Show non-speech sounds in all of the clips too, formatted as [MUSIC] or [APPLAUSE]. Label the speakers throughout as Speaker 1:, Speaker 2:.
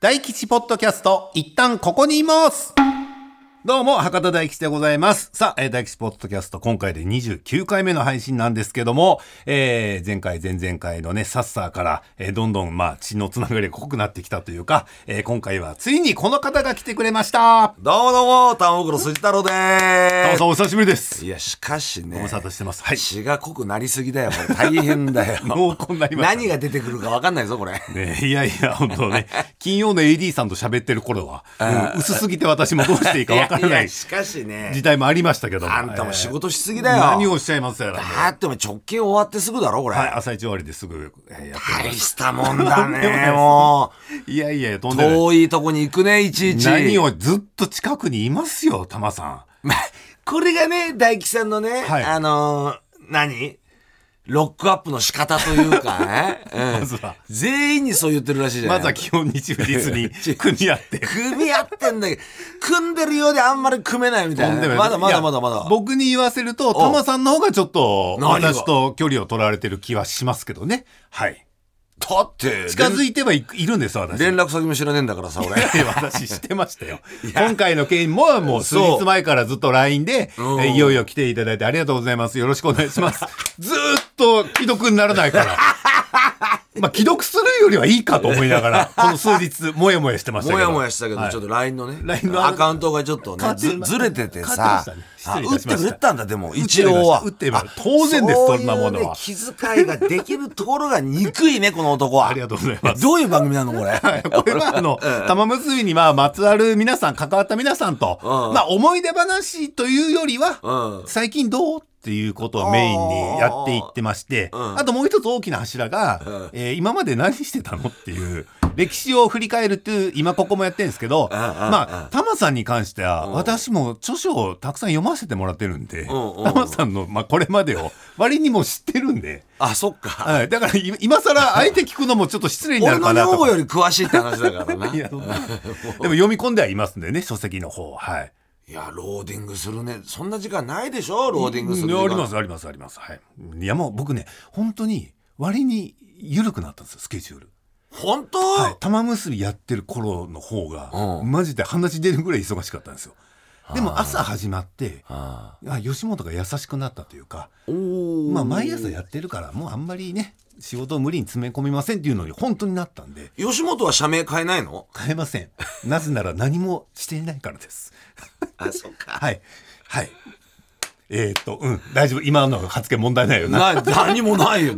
Speaker 1: 大吉ポッドキャスト、一旦ここにいますどうも、博多大吉でございます。さあ、えー大吉ポッドキャスト、今回で29回目の配信なんですけども、えー前回、前々回のね、サッサーから、えーどんどん、まあ、血のつながりが濃くなってきたというか、えー今回はついにこの方が来てくれました
Speaker 2: どうもどうも、タンオクロスジ太郎で
Speaker 1: タ
Speaker 2: ー
Speaker 1: オ
Speaker 2: す
Speaker 1: さん、お久しぶりです。
Speaker 2: いや、しかしね。
Speaker 1: ご無沙汰してますはい
Speaker 2: 血が濃くなりすぎだよ。これ大変だよ。
Speaker 1: [LAUGHS] 濃厚になりました
Speaker 2: 何が出てくるか分かんないぞ、これ。
Speaker 1: ね、いやいや、本
Speaker 2: [LAUGHS]
Speaker 1: 当ね、金曜の AD さんと喋ってる頃は、うん薄すぎて私もどうしていいかわからな
Speaker 2: や
Speaker 1: い
Speaker 2: や
Speaker 1: い
Speaker 2: しかしね
Speaker 1: 時、代もありましたけども。
Speaker 2: あんたも仕事しすぎ
Speaker 1: え
Speaker 2: だ
Speaker 1: ー
Speaker 2: よ。
Speaker 1: 何をおっしゃいますやら、
Speaker 2: だってお前直近終わってすぐだろ、これ。
Speaker 1: はい、朝一終わりですぐえーやって
Speaker 2: 大したもん
Speaker 1: [LAUGHS]
Speaker 2: だ
Speaker 1: とんでもない
Speaker 2: ね、
Speaker 1: です
Speaker 2: も
Speaker 1: る。いやいや、と
Speaker 2: う。
Speaker 1: んでも
Speaker 2: 遠いとこに行くね、いちいち。
Speaker 1: ない。何をずっと近くにいますよ、タマさ
Speaker 2: [LAUGHS] まあこれがね、大吉さんのね、
Speaker 1: はい
Speaker 2: あのー何ロックアップの仕方というかね。うん
Speaker 1: [LAUGHS] まずは
Speaker 2: 全員にそう言ってるらしいじ
Speaker 1: ん。
Speaker 2: ゃない
Speaker 1: まずは基本日祝日に組み合って。
Speaker 2: 組み合ってんだけど、組んでるようであんまり組めないみた
Speaker 1: と
Speaker 2: い
Speaker 1: んで
Speaker 2: な。
Speaker 1: もない
Speaker 2: まだまだまだま
Speaker 1: いや
Speaker 2: だ。
Speaker 1: 僕に言わせると、タマさんの方がちょっと、
Speaker 2: 何が
Speaker 1: 私と距離を取られてる気はしますけどね。はい。
Speaker 2: だって、
Speaker 1: 近づ
Speaker 2: い
Speaker 1: いてはいいるんです、私。
Speaker 2: 連絡先も知らねえんだからさ、俺。
Speaker 1: いや私知ってましたよ。今回の件ももう数日前からずっと LINE で、え
Speaker 2: うん
Speaker 1: ーいよいよ来ていただいてありがとうございます。よろしくお願いします。ずーっと既読にならないから。 [LAUGHS] まあ既読するよりはいいかと思いな
Speaker 2: [LAUGHS]
Speaker 1: がら、この数日、もやもやして [LAUGHS] ましたけ
Speaker 2: も
Speaker 1: ど。
Speaker 2: やもやしたけど、
Speaker 1: はい
Speaker 2: ちょっと LINE のね、
Speaker 1: LINE の
Speaker 2: アカウントがちょっとね
Speaker 1: 変わ、って
Speaker 2: ず
Speaker 1: ま
Speaker 2: ずれてて
Speaker 1: 変わっ
Speaker 2: さ、
Speaker 1: てました
Speaker 2: あ
Speaker 1: ね失礼い
Speaker 2: 打
Speaker 1: た
Speaker 2: っ
Speaker 1: してまし
Speaker 2: く
Speaker 1: た
Speaker 2: れたんだ、でも、一応は。
Speaker 1: 打ってます打ってます当然です
Speaker 2: そう
Speaker 1: そ
Speaker 2: いう
Speaker 1: んなものは
Speaker 2: ね気遣いができるところが
Speaker 1: [LAUGHS]
Speaker 2: 憎いね、この男は。
Speaker 1: ありがとうございます。
Speaker 2: どういう番組なの、これ。
Speaker 1: これはあの、玉結びにまあ、まつわる皆さん、関わった皆さんと、
Speaker 2: うん
Speaker 1: まあ、思い出話というよりは、
Speaker 2: うん。
Speaker 1: 最近どうっていうことをメインにやっていってまして、
Speaker 2: あーうん
Speaker 1: あともう一つ大きな柱が、えー今まで何してたのっていう、歴史を振り返るっていう、今ここもやってるんですけど、
Speaker 2: んうんうん
Speaker 1: まあ、タマさんに関しては、私も著書をたくさん読ませてもらってるんで、
Speaker 2: んうんうん
Speaker 1: タマさんの、まあ、これまでを割にも知ってるんで、
Speaker 2: あ、そっか。
Speaker 1: はい、だから今今更相手聞くのもちょっと失礼にな
Speaker 2: 俺
Speaker 1: る
Speaker 2: の
Speaker 1: かな
Speaker 2: 女
Speaker 1: と
Speaker 2: 房。より詳しいって話だからな。
Speaker 1: [LAUGHS] いやそんなでも読み込んではいますんでね、書籍の方。はい。
Speaker 2: いや、ローディングするね。そんな時間ないでしょローディングする時
Speaker 1: うん
Speaker 2: 間。
Speaker 1: ありますありますありますはいいやもう僕ね本当に割に緩くなったんですよスケジュール
Speaker 2: 本当、
Speaker 1: はい玉結びやってる頃の方が、
Speaker 2: うん
Speaker 1: マジで話出るぐらい忙しかったんですよでも朝始まって
Speaker 2: あ
Speaker 1: あ吉本が優しくなったというか
Speaker 2: おー
Speaker 1: まあ毎朝やってるからもうあんまりね仕事を無理に詰め込みませんっていうのに本当になったんで
Speaker 2: 吉本は社名変えないの
Speaker 1: 変えま
Speaker 2: [LAUGHS]
Speaker 1: せんなぜなら何もしていないからです
Speaker 2: あ、そっか。
Speaker 1: はいはいえー、っとうん大丈夫今の発言問題ないよな
Speaker 2: な何もないよ。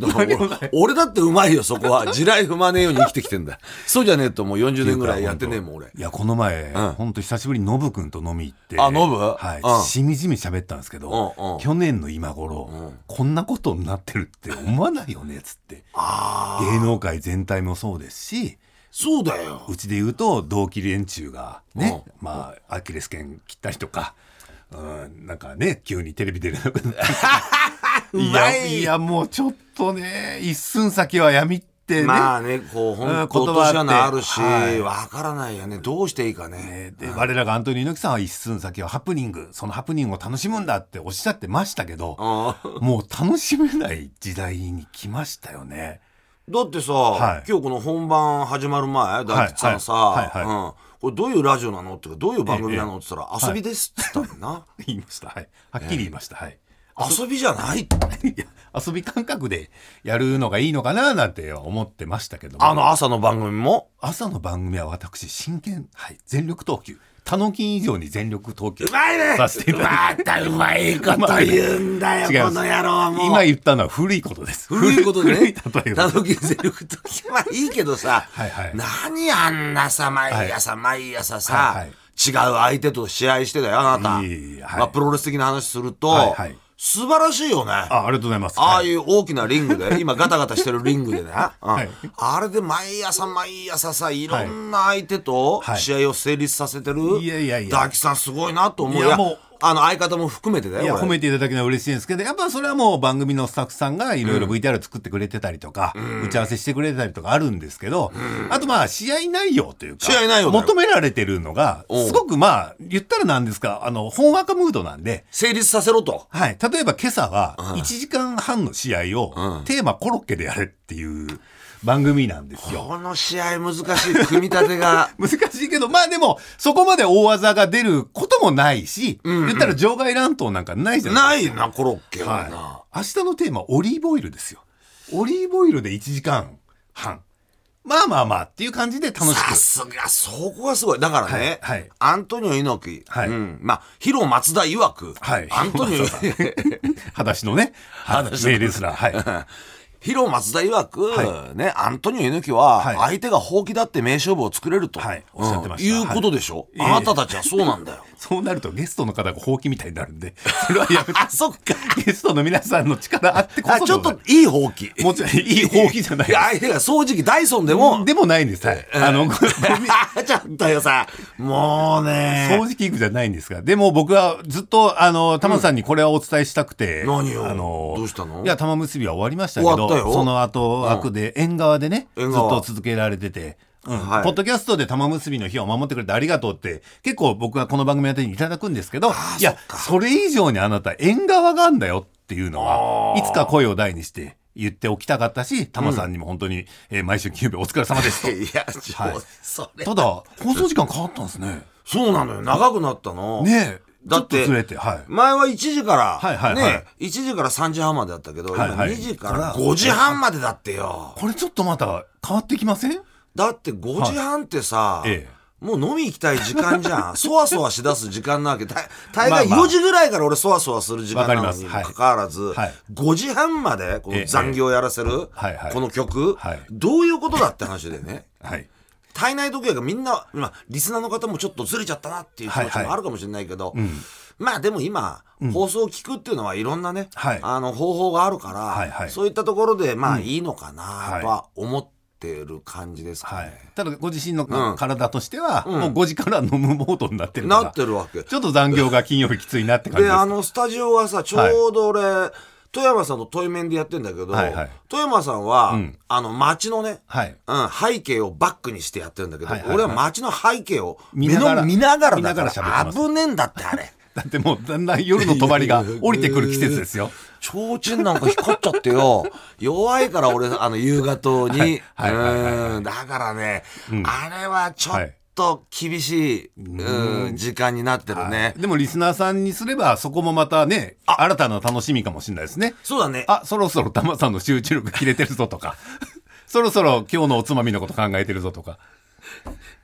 Speaker 2: 俺だってうまいよ、そこは。地雷踏まねえように生きてきてんだ。そうじゃねえともう40年ぐらいやってねえもん、俺。
Speaker 1: いやこの前、
Speaker 2: ん
Speaker 1: ほんと久しぶりにノブくんと飲み行って
Speaker 2: あノブ
Speaker 1: はい、
Speaker 2: うん
Speaker 1: しみじみ喋ったんですけど、
Speaker 2: うんうん
Speaker 1: 去年の今頃、こんなことになってるって思わないよねっつって
Speaker 2: ああ。
Speaker 1: 芸能界全体もそうですし
Speaker 2: そうだよ。
Speaker 1: うちで言うと同期連中がね、
Speaker 2: うん
Speaker 1: まあアキレス腱切ったりとか、うん、なんかね急にテレビ出れなくなった
Speaker 2: [LAUGHS] う
Speaker 1: りい
Speaker 2: ま
Speaker 1: や
Speaker 2: い。
Speaker 1: いやもうちょっとね一寸先は闇ってね、
Speaker 2: まあね、こう、
Speaker 1: うん
Speaker 2: 本当
Speaker 1: 言葉
Speaker 2: 落と
Speaker 1: あっ
Speaker 2: して穴あるし、
Speaker 1: はい
Speaker 2: わからないよね。どうしていいかね。
Speaker 1: えーで我らがアントニー猪木さんは一寸先はハプニングそのハプニングを楽しむんだっておっしゃってましたけど
Speaker 2: ああ。
Speaker 1: もう楽しめない時代に来ましたよね。
Speaker 2: だってさ、
Speaker 1: い
Speaker 2: 今日この本番始まる前大吉さんさ、
Speaker 1: はいはいはい
Speaker 2: うん、これどういうラジオなのっていうかどういう番組なのって言ったら「
Speaker 1: え
Speaker 2: 遊びです」って言ったもん
Speaker 1: [LAUGHS]
Speaker 2: な、
Speaker 1: 言いましたはいはっきり言いました、はい
Speaker 2: 遊びじゃない
Speaker 1: いや遊び感覚でやるのがいいのかななんて思ってましたけども
Speaker 2: あの朝の番組も
Speaker 1: 朝の番組は私真剣、はい、全力投球他の金以上に全力投球
Speaker 2: うまいね
Speaker 1: させていただい
Speaker 2: またうまいこと言うんだよ
Speaker 1: 違いま
Speaker 2: こ
Speaker 1: す
Speaker 2: の野郎はもう
Speaker 1: 今言ったのは古いことです
Speaker 2: 古いことでね
Speaker 1: 古い例え
Speaker 2: た
Speaker 1: ば
Speaker 2: どき全力ときまあいいけどさ
Speaker 1: はいはい
Speaker 2: 何あんなさ毎朝毎朝さ、
Speaker 1: はいはい
Speaker 2: 違う相手と試合してたよあなた
Speaker 1: いえいえいえはい
Speaker 2: まあ、プロレス的な話すると、
Speaker 1: はいはい
Speaker 2: 素晴らしいよね
Speaker 1: あありがとうございます
Speaker 2: ああ
Speaker 1: はい
Speaker 2: いう大きなリングで、今ガタガタしてるリングでね、うん
Speaker 1: [LAUGHS] はい
Speaker 2: あれで毎朝毎朝さ、いろんな相手と
Speaker 1: はい
Speaker 2: 試合を成立させてる、
Speaker 1: いやいやいや
Speaker 2: 大吉さんすごいなと思う。
Speaker 1: いやもう
Speaker 2: あの相方も含めてだよ。
Speaker 1: いや
Speaker 2: 俺
Speaker 1: 褒めていただくのは嬉しいんですけどやっぱそれはもう番組のスタッフさんがいろいろ VTR 作ってくれてたりとか、打ち合わせしてくれてたりとかあるんですけど、あとまあ試合内容というか
Speaker 2: 試合内容だよ
Speaker 1: 求められてるのが
Speaker 2: おう
Speaker 1: すごくまあ言ったらなんですかあのほんわかムードなんで。
Speaker 2: 成立させろと。
Speaker 1: はい。例えば今朝は、1時間半の試合を、テーマコロッケでやれってっていう番組なんですよ。
Speaker 2: この試合難しい組み立
Speaker 1: [LAUGHS]
Speaker 2: てが
Speaker 1: 難しいけど、まあでも、そこまで大技が出ることもないし、言ったら場外乱闘なんかないじゃな
Speaker 2: ないいなコロッケはな、
Speaker 1: はい、明日のテーマ、オリーブオイルですよ。オリーブオイルで1時間半。まあまあまあっていう感じで楽し
Speaker 2: さ
Speaker 1: く。
Speaker 2: すが、そこがすごい。だからね、
Speaker 1: はいはい
Speaker 2: アントニオ猪木、
Speaker 1: はい
Speaker 2: うん、まあ、ヒロ松田曰く、
Speaker 1: はい
Speaker 2: アントニオ猪木、
Speaker 1: 裸足のね、はい名レスラー。はい。
Speaker 2: ヒロ松田曰く、
Speaker 1: は
Speaker 2: ね、アントニオ猪木は、
Speaker 1: はい
Speaker 2: 相手が放棄だって名勝負を作れると、
Speaker 1: はい
Speaker 2: う
Speaker 1: お
Speaker 2: ん
Speaker 1: っしゃってました
Speaker 2: いうことでしょ、
Speaker 1: はい
Speaker 2: あなたたちはそうなんだ [LAUGHS] よ。
Speaker 1: そうなるとゲストの方が放棄みた [LAUGHS] いになるんで、それはやめて。
Speaker 2: そっか。 [LAUGHS]
Speaker 1: ゲストの皆さんの力あってこそ
Speaker 2: あ
Speaker 1: の
Speaker 2: ちょっといい放棄。
Speaker 1: もちろん、いい放棄じゃない
Speaker 2: い
Speaker 1: で
Speaker 2: や相手が掃除機ダイソンでも、
Speaker 1: す。でもないんです。はい。あの、ごごみ
Speaker 2: あ [LAUGHS] ちょっとよさ、もうね
Speaker 1: 掃。除器具じゃないんですが、でも僕はずっと、あの、玉さんにこれはお伝えしたくて。
Speaker 2: 何よ
Speaker 1: あの、
Speaker 2: どうしたの
Speaker 1: いや、玉結びは終わりましたけど、
Speaker 2: 終わったよ
Speaker 1: その後、悪で、縁側でね、ず
Speaker 2: 縁
Speaker 1: っ
Speaker 2: 側
Speaker 1: と続けられてて。うん
Speaker 2: はい
Speaker 1: ポッドキャストで玉結びの日を守ってくれてありがとうって結構僕はこの番組やっていただくんですけどいやそれ以上にあなた縁側があんだよっていうのはいつか声を大にして言っておきたかったし玉さんにも本当に、えー毎週金曜日お疲れ様
Speaker 2: [LAUGHS]
Speaker 1: ですと
Speaker 2: いや、ちょ
Speaker 1: はい
Speaker 2: それ。
Speaker 1: ただ放送時間変わったんですね
Speaker 2: そうなのよ。長くなったの。
Speaker 1: ねえ
Speaker 2: だっ
Speaker 1: ち
Speaker 2: て
Speaker 1: ょっとずれてはい
Speaker 2: 前は1時から、
Speaker 1: はいはいはい
Speaker 2: ね、1時から3時半までだったけど、
Speaker 1: はいはい
Speaker 2: 今2時から5時半までだってよ。
Speaker 1: これちょっとまた変わってきません
Speaker 2: だって5時半ってさ、
Speaker 1: ええ
Speaker 2: もう飲み行きたい時間
Speaker 1: [LAUGHS]
Speaker 2: じゃん。そわそわしだす時間なわけ。だ大概
Speaker 1: まあまあ
Speaker 2: 4時ぐらいから俺そわそわする時間な
Speaker 1: わ
Speaker 2: の
Speaker 1: かり
Speaker 2: に
Speaker 1: ますはい
Speaker 2: かかわらず、
Speaker 1: はい
Speaker 2: 5時半までこ
Speaker 1: え
Speaker 2: の
Speaker 1: え
Speaker 2: 残業やらせる、
Speaker 1: はいはい
Speaker 2: この曲、
Speaker 1: はい
Speaker 2: どういうことだって話でね。
Speaker 1: はい
Speaker 2: 体内時計がみんな、まあ、リスナーの方もちょっとずれちゃったなっていう気
Speaker 1: は
Speaker 2: 持ち
Speaker 1: いはい
Speaker 2: もあるかもしれないけど、まあでも今、放送を聞くっていうのはいろんなね、
Speaker 1: はい
Speaker 2: あの方法があるから、
Speaker 1: はいはい
Speaker 2: そういったところでまあいいのかな
Speaker 1: はい
Speaker 2: とは思ってる感じですかね。
Speaker 1: はいただご自身の
Speaker 2: うん
Speaker 1: 体としては、
Speaker 2: うん
Speaker 1: もう5時から飲むモードになってるから
Speaker 2: なってるわけ。
Speaker 1: ちょっと残業が金曜日きついなって感じ
Speaker 2: で
Speaker 1: で
Speaker 2: あ
Speaker 1: す
Speaker 2: のスタジオがさちょうど俺、富山さんと対面でやってんだけど、
Speaker 1: はいはい
Speaker 2: 富山さんは、
Speaker 1: うん
Speaker 2: あの街のね、
Speaker 1: はい
Speaker 2: うん、背景をバックにしてやってるんだけど、
Speaker 1: はいはいはい
Speaker 2: 俺は街の背景を
Speaker 1: 見
Speaker 2: 見
Speaker 1: ながら
Speaker 2: の見ながら
Speaker 1: 見な
Speaker 2: だ
Speaker 1: が
Speaker 2: から
Speaker 1: 喋ってま
Speaker 2: ら
Speaker 1: す
Speaker 2: 危ねえんだってあれ [LAUGHS]
Speaker 1: だってもうだんだん夜の帳が降りてくる季節ですよ
Speaker 2: 提灯なんか光っちゃって
Speaker 1: [LAUGHS]
Speaker 2: よ弱いから俺あの夕方に
Speaker 1: はいはいはいは
Speaker 2: うんだからね、あれはちょっと厳しい、うん、時間になってるね、
Speaker 1: でもリスナーさんにすればそこもまたね新たな楽しみかもしれないですね
Speaker 2: そうだね
Speaker 1: あそろそろ玉さんの集中力切れてるぞとか [LAUGHS] そろそろ今日のおつまみのこと考えてるぞとか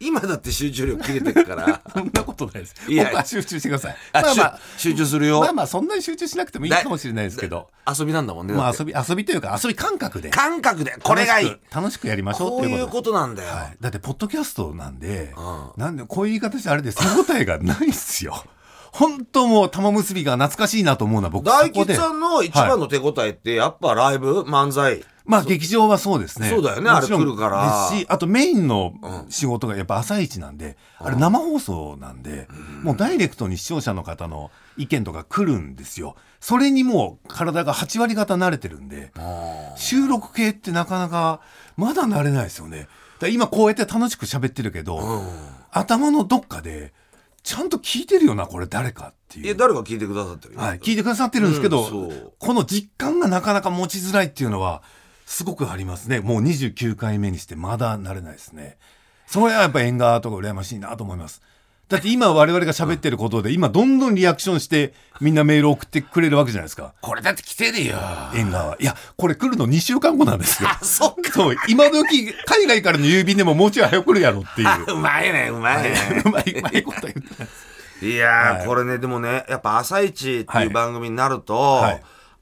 Speaker 2: 今だって集中力切れてる
Speaker 1: [LAUGHS]
Speaker 2: から
Speaker 1: そんなことないです
Speaker 2: いや
Speaker 1: 僕は集中してください
Speaker 2: あ
Speaker 1: まあまあ
Speaker 2: 集集中するよ、
Speaker 1: まあまあそんなに集中しなくてもいいかもしれないですけど、
Speaker 2: 遊びなんだもんね、
Speaker 1: ま
Speaker 2: だ
Speaker 1: あ
Speaker 2: って
Speaker 1: 遊び、遊びというか遊び感覚で。
Speaker 2: 感覚でこれがいい
Speaker 1: 楽しく楽しくやりましょう
Speaker 2: こ
Speaker 1: っ
Speaker 2: う
Speaker 1: てい
Speaker 2: いうう
Speaker 1: こと
Speaker 2: こ
Speaker 1: で
Speaker 2: となんだよ、
Speaker 1: はい。だって、ポッドキャストなんで、
Speaker 2: う
Speaker 1: なんで、こういう言い方してあれで、手応えがないっすよ。 [LAUGHS] 本当もう、玉結びが懐かしいなと思うのは僕、
Speaker 2: 大
Speaker 1: そこ
Speaker 2: 吉
Speaker 1: で。
Speaker 2: さんの一番の手応えってやっぱライブ漫才
Speaker 1: まあ、劇場はそうですね。
Speaker 2: そうだよね
Speaker 1: もちろん
Speaker 2: あれ来るから
Speaker 1: ですし、あとメインの仕事がやっぱ朝一なんで、あれ生放送なんで、もうダイレクトに視聴者の方の意見とか来るんですよ。それにもう、体が8割方慣れてるんで。収録系ってなかなかまだ慣れないですよね。だから今こうやって楽しく喋ってるけど、頭のどっかでちゃんと聞いてるよなこれ誰かって
Speaker 2: い
Speaker 1: い
Speaker 2: や
Speaker 1: う。
Speaker 2: 誰が聞いてくださってるよ、
Speaker 1: はい、聞いてくださってるんですけど、
Speaker 2: うんそう
Speaker 1: この実感がなかなか持ちづらいっていうのはすごくありますね。もう29回目にしてまだ慣れないですね。それはやっぱ縁側とか羨ましいなと思います。だって今我々が喋ってることで今どんどんリアクションしてみんなメール送ってくれるわけじゃないですか。
Speaker 2: これだって来てるよ
Speaker 1: 縁側。いや、これ来るの2週間後なんですよ。
Speaker 2: あそっか
Speaker 1: そう、今時、海外からの郵便でももうちょい早く来るやろっていう。
Speaker 2: あうまいねうまいね
Speaker 1: [LAUGHS] うまい、うまいこと言ってない
Speaker 2: いやー、これねでもねやっぱ「朝一って
Speaker 1: はいいう
Speaker 2: 番組になると、
Speaker 1: い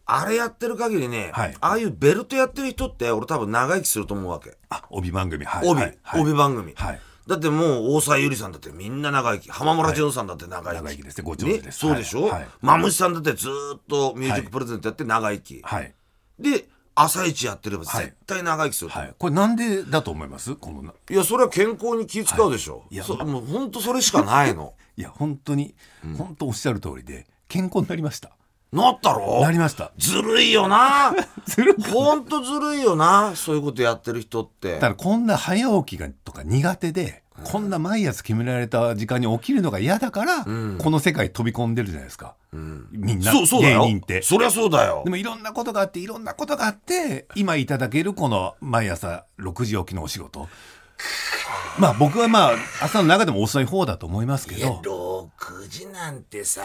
Speaker 2: あれやってる限りね、
Speaker 1: はい
Speaker 2: ああいうベルトやってる人って俺多分長生きすると思うわけ
Speaker 1: あ、帯番組、はい。
Speaker 2: 帯、
Speaker 1: はいはい
Speaker 2: 帯番組、
Speaker 1: はい
Speaker 2: だってもう大沢ゆりさんだってみんな長生き浜村淳さんだって長生き、
Speaker 1: 長生きですねご長寿です
Speaker 2: ね
Speaker 1: は
Speaker 2: そ
Speaker 1: いう
Speaker 2: でしょ、
Speaker 1: はい
Speaker 2: マムシさんだってずーっとミュージックプレゼントやって長生き、
Speaker 1: はい。
Speaker 2: で朝一やってれば
Speaker 1: はい
Speaker 2: 絶対長生きする、い
Speaker 1: はい。これなんでだと思いますこのな、
Speaker 2: やそれは健康に気遣うでしょ、
Speaker 1: いいや
Speaker 2: そもう本当それしかな
Speaker 1: [LAUGHS]
Speaker 2: いの
Speaker 1: いや、本当に、本当おっしゃる通りで、健康になりました。
Speaker 2: なったろ
Speaker 1: なりました。
Speaker 2: ずるいよな
Speaker 1: ずるか [LAUGHS]
Speaker 2: ほんとずるいよなそういうことやってる人って
Speaker 1: だからこんな早起きがとか苦手で、こんな毎朝決められた時間に起きるのが嫌だから、この世界飛び込んでるじゃないですか、みんな
Speaker 2: そうそうだ
Speaker 1: 芸
Speaker 2: よ
Speaker 1: 人って
Speaker 2: そりゃそうだよ
Speaker 1: でもいろんなことがあっていろんなことがあって今いただけるこの毎朝6時起きのお仕事まあ僕はまあ朝の中でも遅い方だと思いますけ
Speaker 2: いや
Speaker 1: ど
Speaker 2: 6時なんてさ、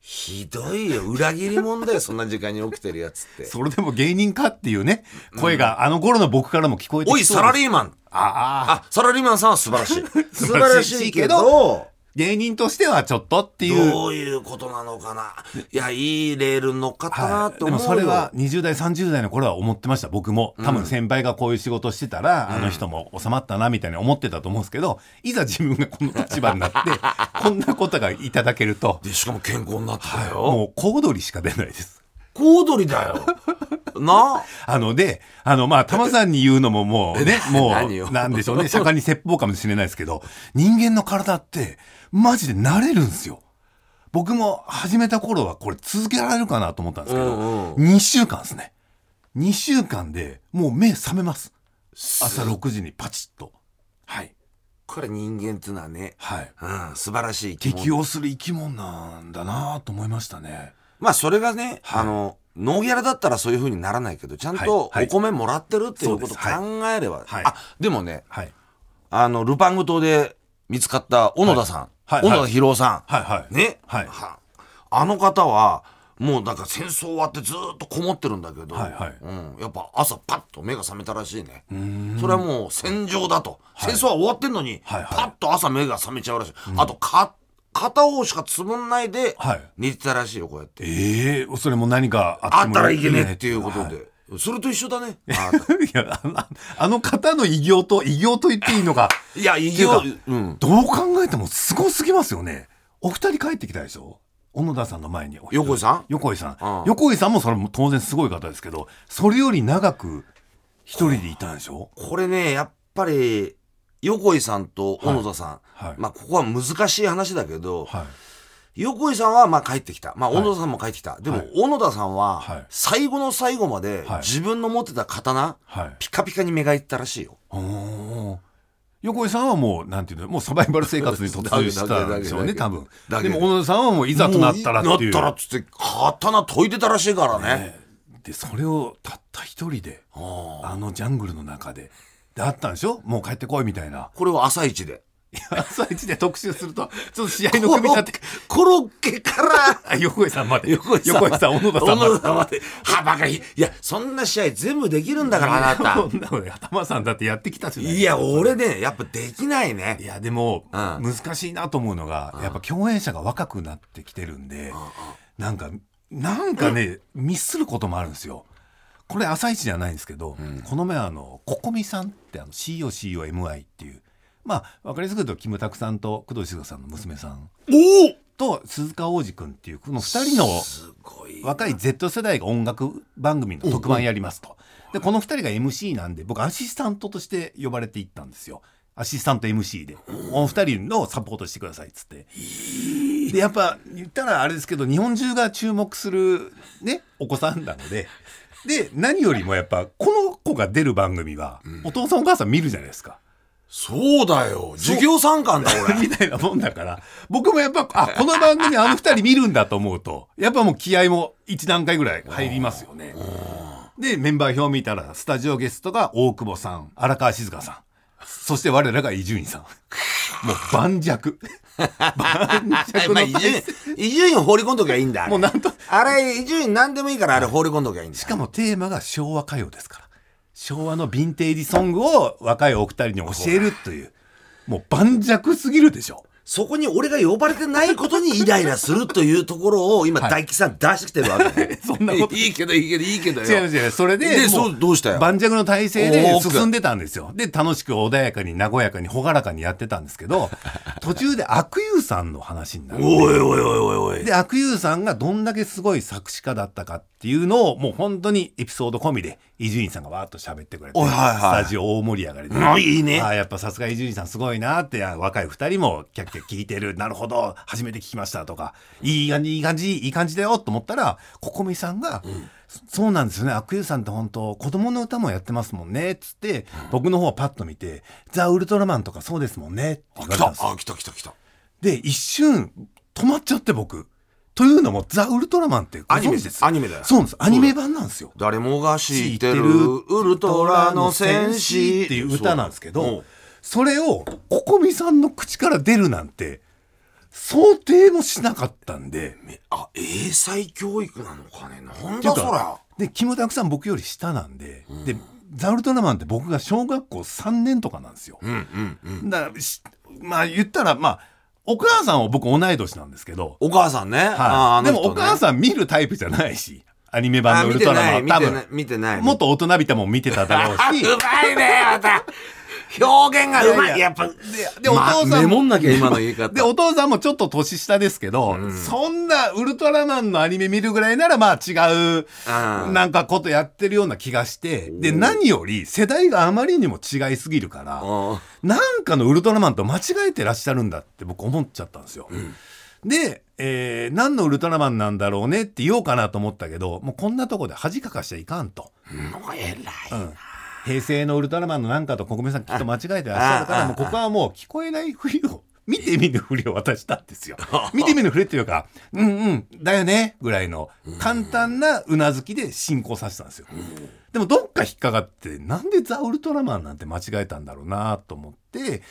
Speaker 2: ひどいよ裏切り者だよそんな時間に起きてるやつって
Speaker 1: それでも芸人かっていうね声があの頃の僕からも聞こえて
Speaker 2: おい
Speaker 1: きそう
Speaker 2: サラ
Speaker 1: ー
Speaker 2: リーマン
Speaker 1: ああ
Speaker 2: あサラリーマンさんは素晴らしい
Speaker 1: [LAUGHS]
Speaker 2: 素晴
Speaker 1: ら
Speaker 2: ら
Speaker 1: し
Speaker 2: し
Speaker 1: い
Speaker 2: い
Speaker 1: け
Speaker 2: け
Speaker 1: ど
Speaker 2: ど
Speaker 1: 芸人としてはちょっとっていう
Speaker 2: どういうことなのかないやいいレールに乗っかったな
Speaker 1: は
Speaker 2: っ
Speaker 1: い、
Speaker 2: て
Speaker 1: で
Speaker 2: 思うよ、
Speaker 1: もそれは20代30代の頃は思ってました僕も多分先輩がこういう仕事してたら、あの人も収まったなみたいに思ってたと思うんですけどいざ自分がこの立場にな
Speaker 2: [LAUGHS]
Speaker 1: ってこんなことがいただけると
Speaker 2: でしかも健康になったよ、
Speaker 1: もう小躍りしか出ないです。
Speaker 2: 小躍りだよ
Speaker 1: [LAUGHS]
Speaker 2: な
Speaker 1: あので、あの、まあ、玉さんに言うのもも
Speaker 2: [LAUGHS]
Speaker 1: うね、も
Speaker 2: 何を
Speaker 1: う、なんでしょうね、釈迦に説法かもしれないですけど、人間の体って、マジで慣れるんですよ。僕も始めた頃はこれ続けられるかなと思ったんですけど、
Speaker 2: うんうん
Speaker 1: 2週間ですね。2週間でもう目覚めます。朝6時にパチッと。はい。
Speaker 2: これ人間っていうのはね、
Speaker 1: はい。
Speaker 2: うん、素晴らしい生き物
Speaker 1: 適応する生き物なんだなと思いましたね。
Speaker 2: まあそれがね、あのノーギャラだったらそういうふうにならないけどちゃんと
Speaker 1: はいはい
Speaker 2: お米もらってるっていうことを考えれば、
Speaker 1: はい
Speaker 2: あでもね
Speaker 1: はい。
Speaker 2: あのルパング島で見つかった小野田さん、
Speaker 1: はいはい
Speaker 2: 小野田博夫さん、
Speaker 1: はいはい。
Speaker 2: ね、
Speaker 1: はい
Speaker 2: あの方はもうなんか戦争終わってずーっとこもってるんだけど、
Speaker 1: はいはい
Speaker 2: うん、やっぱ朝パッと目が覚めたらしいねそれはもう戦場だと、戦争は終わってんのに、
Speaker 1: はいはい
Speaker 2: パッと朝目が覚めちゃうらしい、あとか片方しかつぶんないで
Speaker 1: はい
Speaker 2: 寝てたらしいよこうやって、
Speaker 1: ええそれも何か
Speaker 2: あ
Speaker 1: あ
Speaker 2: っ
Speaker 1: ったた
Speaker 2: ら
Speaker 1: ら
Speaker 2: い
Speaker 1: い
Speaker 2: け
Speaker 1: け
Speaker 2: ね
Speaker 1: ね
Speaker 2: え
Speaker 1: え
Speaker 2: っ
Speaker 1: ってて
Speaker 2: い
Speaker 1: いうう
Speaker 2: こ
Speaker 1: ことと
Speaker 2: で
Speaker 1: で。、
Speaker 2: それと一緒だねあ
Speaker 1: いやあのあの方の偉業と偉業と言っていいのか
Speaker 2: いや
Speaker 1: っ
Speaker 2: い
Speaker 1: てい
Speaker 2: いう
Speaker 1: か
Speaker 2: よ、うん、
Speaker 1: どう考えてもすごすぎますよねお二人帰ってきたでしょ小野田さんの前に
Speaker 2: 横井さん
Speaker 1: 横井さん、
Speaker 2: うん
Speaker 1: 横井さんもそれも当然すごい方ですけどそれより長く一人でいたんでしょ
Speaker 2: これねやっぱり横井さんと小野田さん、
Speaker 1: はい
Speaker 2: まあここは難しい話だけど、
Speaker 1: はい
Speaker 2: 横井さんはまあ帰ってきた、まあ、
Speaker 1: はい
Speaker 2: 小野田さんも帰ってきた、でも
Speaker 1: はい
Speaker 2: 小野田さん
Speaker 1: は
Speaker 2: はい最後の最後まで
Speaker 1: はい
Speaker 2: 自分の持ってた刀
Speaker 1: はい
Speaker 2: ピカピカに磨いてたらしいよ。
Speaker 1: おー横井さんはもうなんていうのもうサバイバル生活に突入したんでしょうね
Speaker 2: だ
Speaker 1: 多
Speaker 2: けだけだけ
Speaker 1: 分
Speaker 2: だけ
Speaker 1: でも小野田さんはもういざとなったらって
Speaker 2: も
Speaker 1: いう
Speaker 2: なったらっつって刀研いでたらしいからね。
Speaker 1: ねでそれをたった一人で
Speaker 2: ああ
Speaker 1: あのジャングルの中で。であったんでしょもう帰ってこいみたい [LAUGHS] な。
Speaker 2: これを朝一で。
Speaker 1: 朝一で特集すると、ちょっと試合
Speaker 2: コ
Speaker 1: の組み
Speaker 2: ロ
Speaker 1: 立
Speaker 2: ッ
Speaker 1: て
Speaker 2: ケ。コロッケから
Speaker 1: あ、 [LAUGHS] 横井さんまで。
Speaker 2: 横井さん
Speaker 1: [LAUGHS]
Speaker 2: まで
Speaker 1: 小野田さんま
Speaker 2: 小野
Speaker 1: で。
Speaker 2: 田さんまで。はばかり。いや、そんな試合全部できるんだから、あ
Speaker 1: [LAUGHS]
Speaker 2: な
Speaker 1: そんなのね頭さんだってやってきたじ
Speaker 2: た。
Speaker 1: ゃない
Speaker 2: いや、俺ね、やっぱできないね
Speaker 1: い。や、でも、
Speaker 2: うん
Speaker 1: 難しいなと思うのが、やっぱ共演者が若くなってきてるんで、なんか、なんかね、ミスることもあるんですよ。これ朝一じゃないんですけど、この前あの、ココミさんってあの、COCOMI っていう、まあ、わかりやすく言うと、キムタクさんと工藤静香さんの娘さん
Speaker 2: おお
Speaker 1: と鈴鹿央士君っていうこの2人の
Speaker 2: すごい。
Speaker 1: 若い Z 世代が音楽番組の特番やりますと。でこの2人が MC なんで僕アシスタントとして呼ばれていったんですよ。アシスタント MC でお二人のサポートしてくださいっつって。でやっぱ言ったらあれですけど日本中が注目するねお子さんなので。で何よりもやっぱこの子が出る番組はお父さんお母さん見るじゃないですか。
Speaker 2: そうだよ。授業参観だ、
Speaker 1: [LAUGHS]
Speaker 2: 俺。
Speaker 1: みたいなもんだから、僕もやっぱ、あ、この番組あの二人見るんだと思うと、やっぱもう気合も一段階ぐらい入りますよね。で、メンバー表見たら、スタジオゲストが大久保さん、荒川静香さん、そして我らが伊集院さん。もう盤石。盤石
Speaker 2: まあ、
Speaker 1: の
Speaker 2: 伊
Speaker 1: 体
Speaker 2: 集院
Speaker 1: 制。、
Speaker 2: 伊集院を放り込んどきゃいいんだ。あれ
Speaker 1: もうなんと、
Speaker 2: あれ、伊集院何でもいいから、あれ放り込んどきゃいいんだ。
Speaker 1: しかもテーマが昭和歌謡ですから。昭和のヴィンテージソングを若いお二人に教えるという、もう盤石すぎるでしょ。
Speaker 2: そこに俺が呼ばれてないことにイライラするというところを、今、大吉さん出してきてるわけ
Speaker 1: [LAUGHS]
Speaker 2: ね。
Speaker 1: そんなこと
Speaker 2: いいけど、いいけど、いいけど
Speaker 1: 違う
Speaker 2: よ。
Speaker 1: 違うそれで
Speaker 2: で
Speaker 1: も
Speaker 2: そうどうしたよ
Speaker 1: 盤石の体制
Speaker 2: おー
Speaker 1: で
Speaker 2: 奥
Speaker 1: 進んでたんですよで楽しく穏やかに和やかに朗らかにやってたんですけ
Speaker 2: [LAUGHS]
Speaker 1: ど途中で悪友さんの話になる
Speaker 2: おいおいおいおいおい。
Speaker 1: で悪友さんがどんだけすごい作詞家だったかっていうのをもう本当にエピソード込みで伊集院さんがわーっと喋ってくれて、
Speaker 2: おいはいはい
Speaker 1: スタジオ大盛り上がりで、
Speaker 2: うんいいね
Speaker 1: あーやっぱさすが伊集院さんすごいなってあー若い二人もキャッキャって聞いてる、なるほど、初めて聞きましたとか、いい感じ、いい感じ、いい感じだよと思ったら、ここみさんが、そそうなんですよね、アクユさんって本当、子供の歌もやってますもんね、つって、僕の方をパッと見て、ザ・ウルトラマンとかそうですもんね、って言
Speaker 2: あ、
Speaker 1: われ
Speaker 2: 来
Speaker 1: たん
Speaker 2: た
Speaker 1: ですよ
Speaker 2: あ、来た来た来た。
Speaker 1: で、一瞬、止まっちゃって僕。というのも、ザ・ウルトラマンってご
Speaker 2: アニメ
Speaker 1: 存知ですよ
Speaker 2: アニメだよ
Speaker 1: そうなんです。アニメ版なんですよ。
Speaker 2: 誰もが知ってる
Speaker 1: 知ってる
Speaker 2: ウルトラの戦士
Speaker 1: っていう歌なんですけ
Speaker 2: そう
Speaker 1: ど、それを、ココミさんの口から出るなんて、想定もしなかったんで、
Speaker 2: めあ、英才教育なのかねな
Speaker 1: て
Speaker 2: ん
Speaker 1: い
Speaker 2: だ
Speaker 1: う
Speaker 2: そ
Speaker 1: か
Speaker 2: ら。
Speaker 1: で、キムタクさん僕より下なんで、で、ザ・ウルトラマンって僕が小学校3年とかなんですよ。
Speaker 2: うんうんうん。
Speaker 1: だからし、まあ言ったら、まあ、お母さんは僕同い年なんですけど、
Speaker 2: お母さんね。
Speaker 1: は
Speaker 2: あ
Speaker 1: い、
Speaker 2: あの
Speaker 1: で
Speaker 2: 人
Speaker 1: もお母さん見るタイプじゃないし、アニメ版
Speaker 2: あ、
Speaker 1: のウ
Speaker 2: 見
Speaker 1: ル
Speaker 2: て
Speaker 1: トラ
Speaker 2: な
Speaker 1: マ
Speaker 2: い、
Speaker 1: ン
Speaker 2: 見
Speaker 1: は多
Speaker 2: てない
Speaker 1: 分、、
Speaker 2: 見てない。
Speaker 1: もっと大人びたもん見てただろう
Speaker 2: あ、 [LAUGHS]
Speaker 1: し、
Speaker 2: うまいね、また。表現がうまい。
Speaker 1: いやいや
Speaker 2: やっぱ、で、
Speaker 1: でお父さんも
Speaker 2: メモんなきゃ、今の言い方。
Speaker 1: で、お父さんもちょっと年下ですけど、そんなウルトラマンのアニメ見るぐらいならまあ違う、
Speaker 2: うん
Speaker 1: なんかことやってるような気がして、で、何より世代があまりにも違いすぎるから、
Speaker 2: うん
Speaker 1: なんかのウルトラマンと間違えてらっしゃるんだって僕思っちゃったんですよ。で、えー何のウルトラマンなんだろうねって言おうかなと思ったけど、もうこんなとこで恥かかしちゃいかんと。
Speaker 2: もう偉い。
Speaker 1: うん平成のウルトラマンのなんかと国民さんきっと間違えてらっしゃるか
Speaker 2: ああ
Speaker 1: ら、もうここはもう聞こえないふりを、見て見ぬふりを渡したん
Speaker 2: [LAUGHS]
Speaker 1: ですよ。見て見ぬふりっていうか、うんうん、だよね、ぐらいの簡単なうなずきで進行させたんですよ。でもどっか引っかかって、なんでザ・ウルトラマンなんて間違えたんだろうなと思って、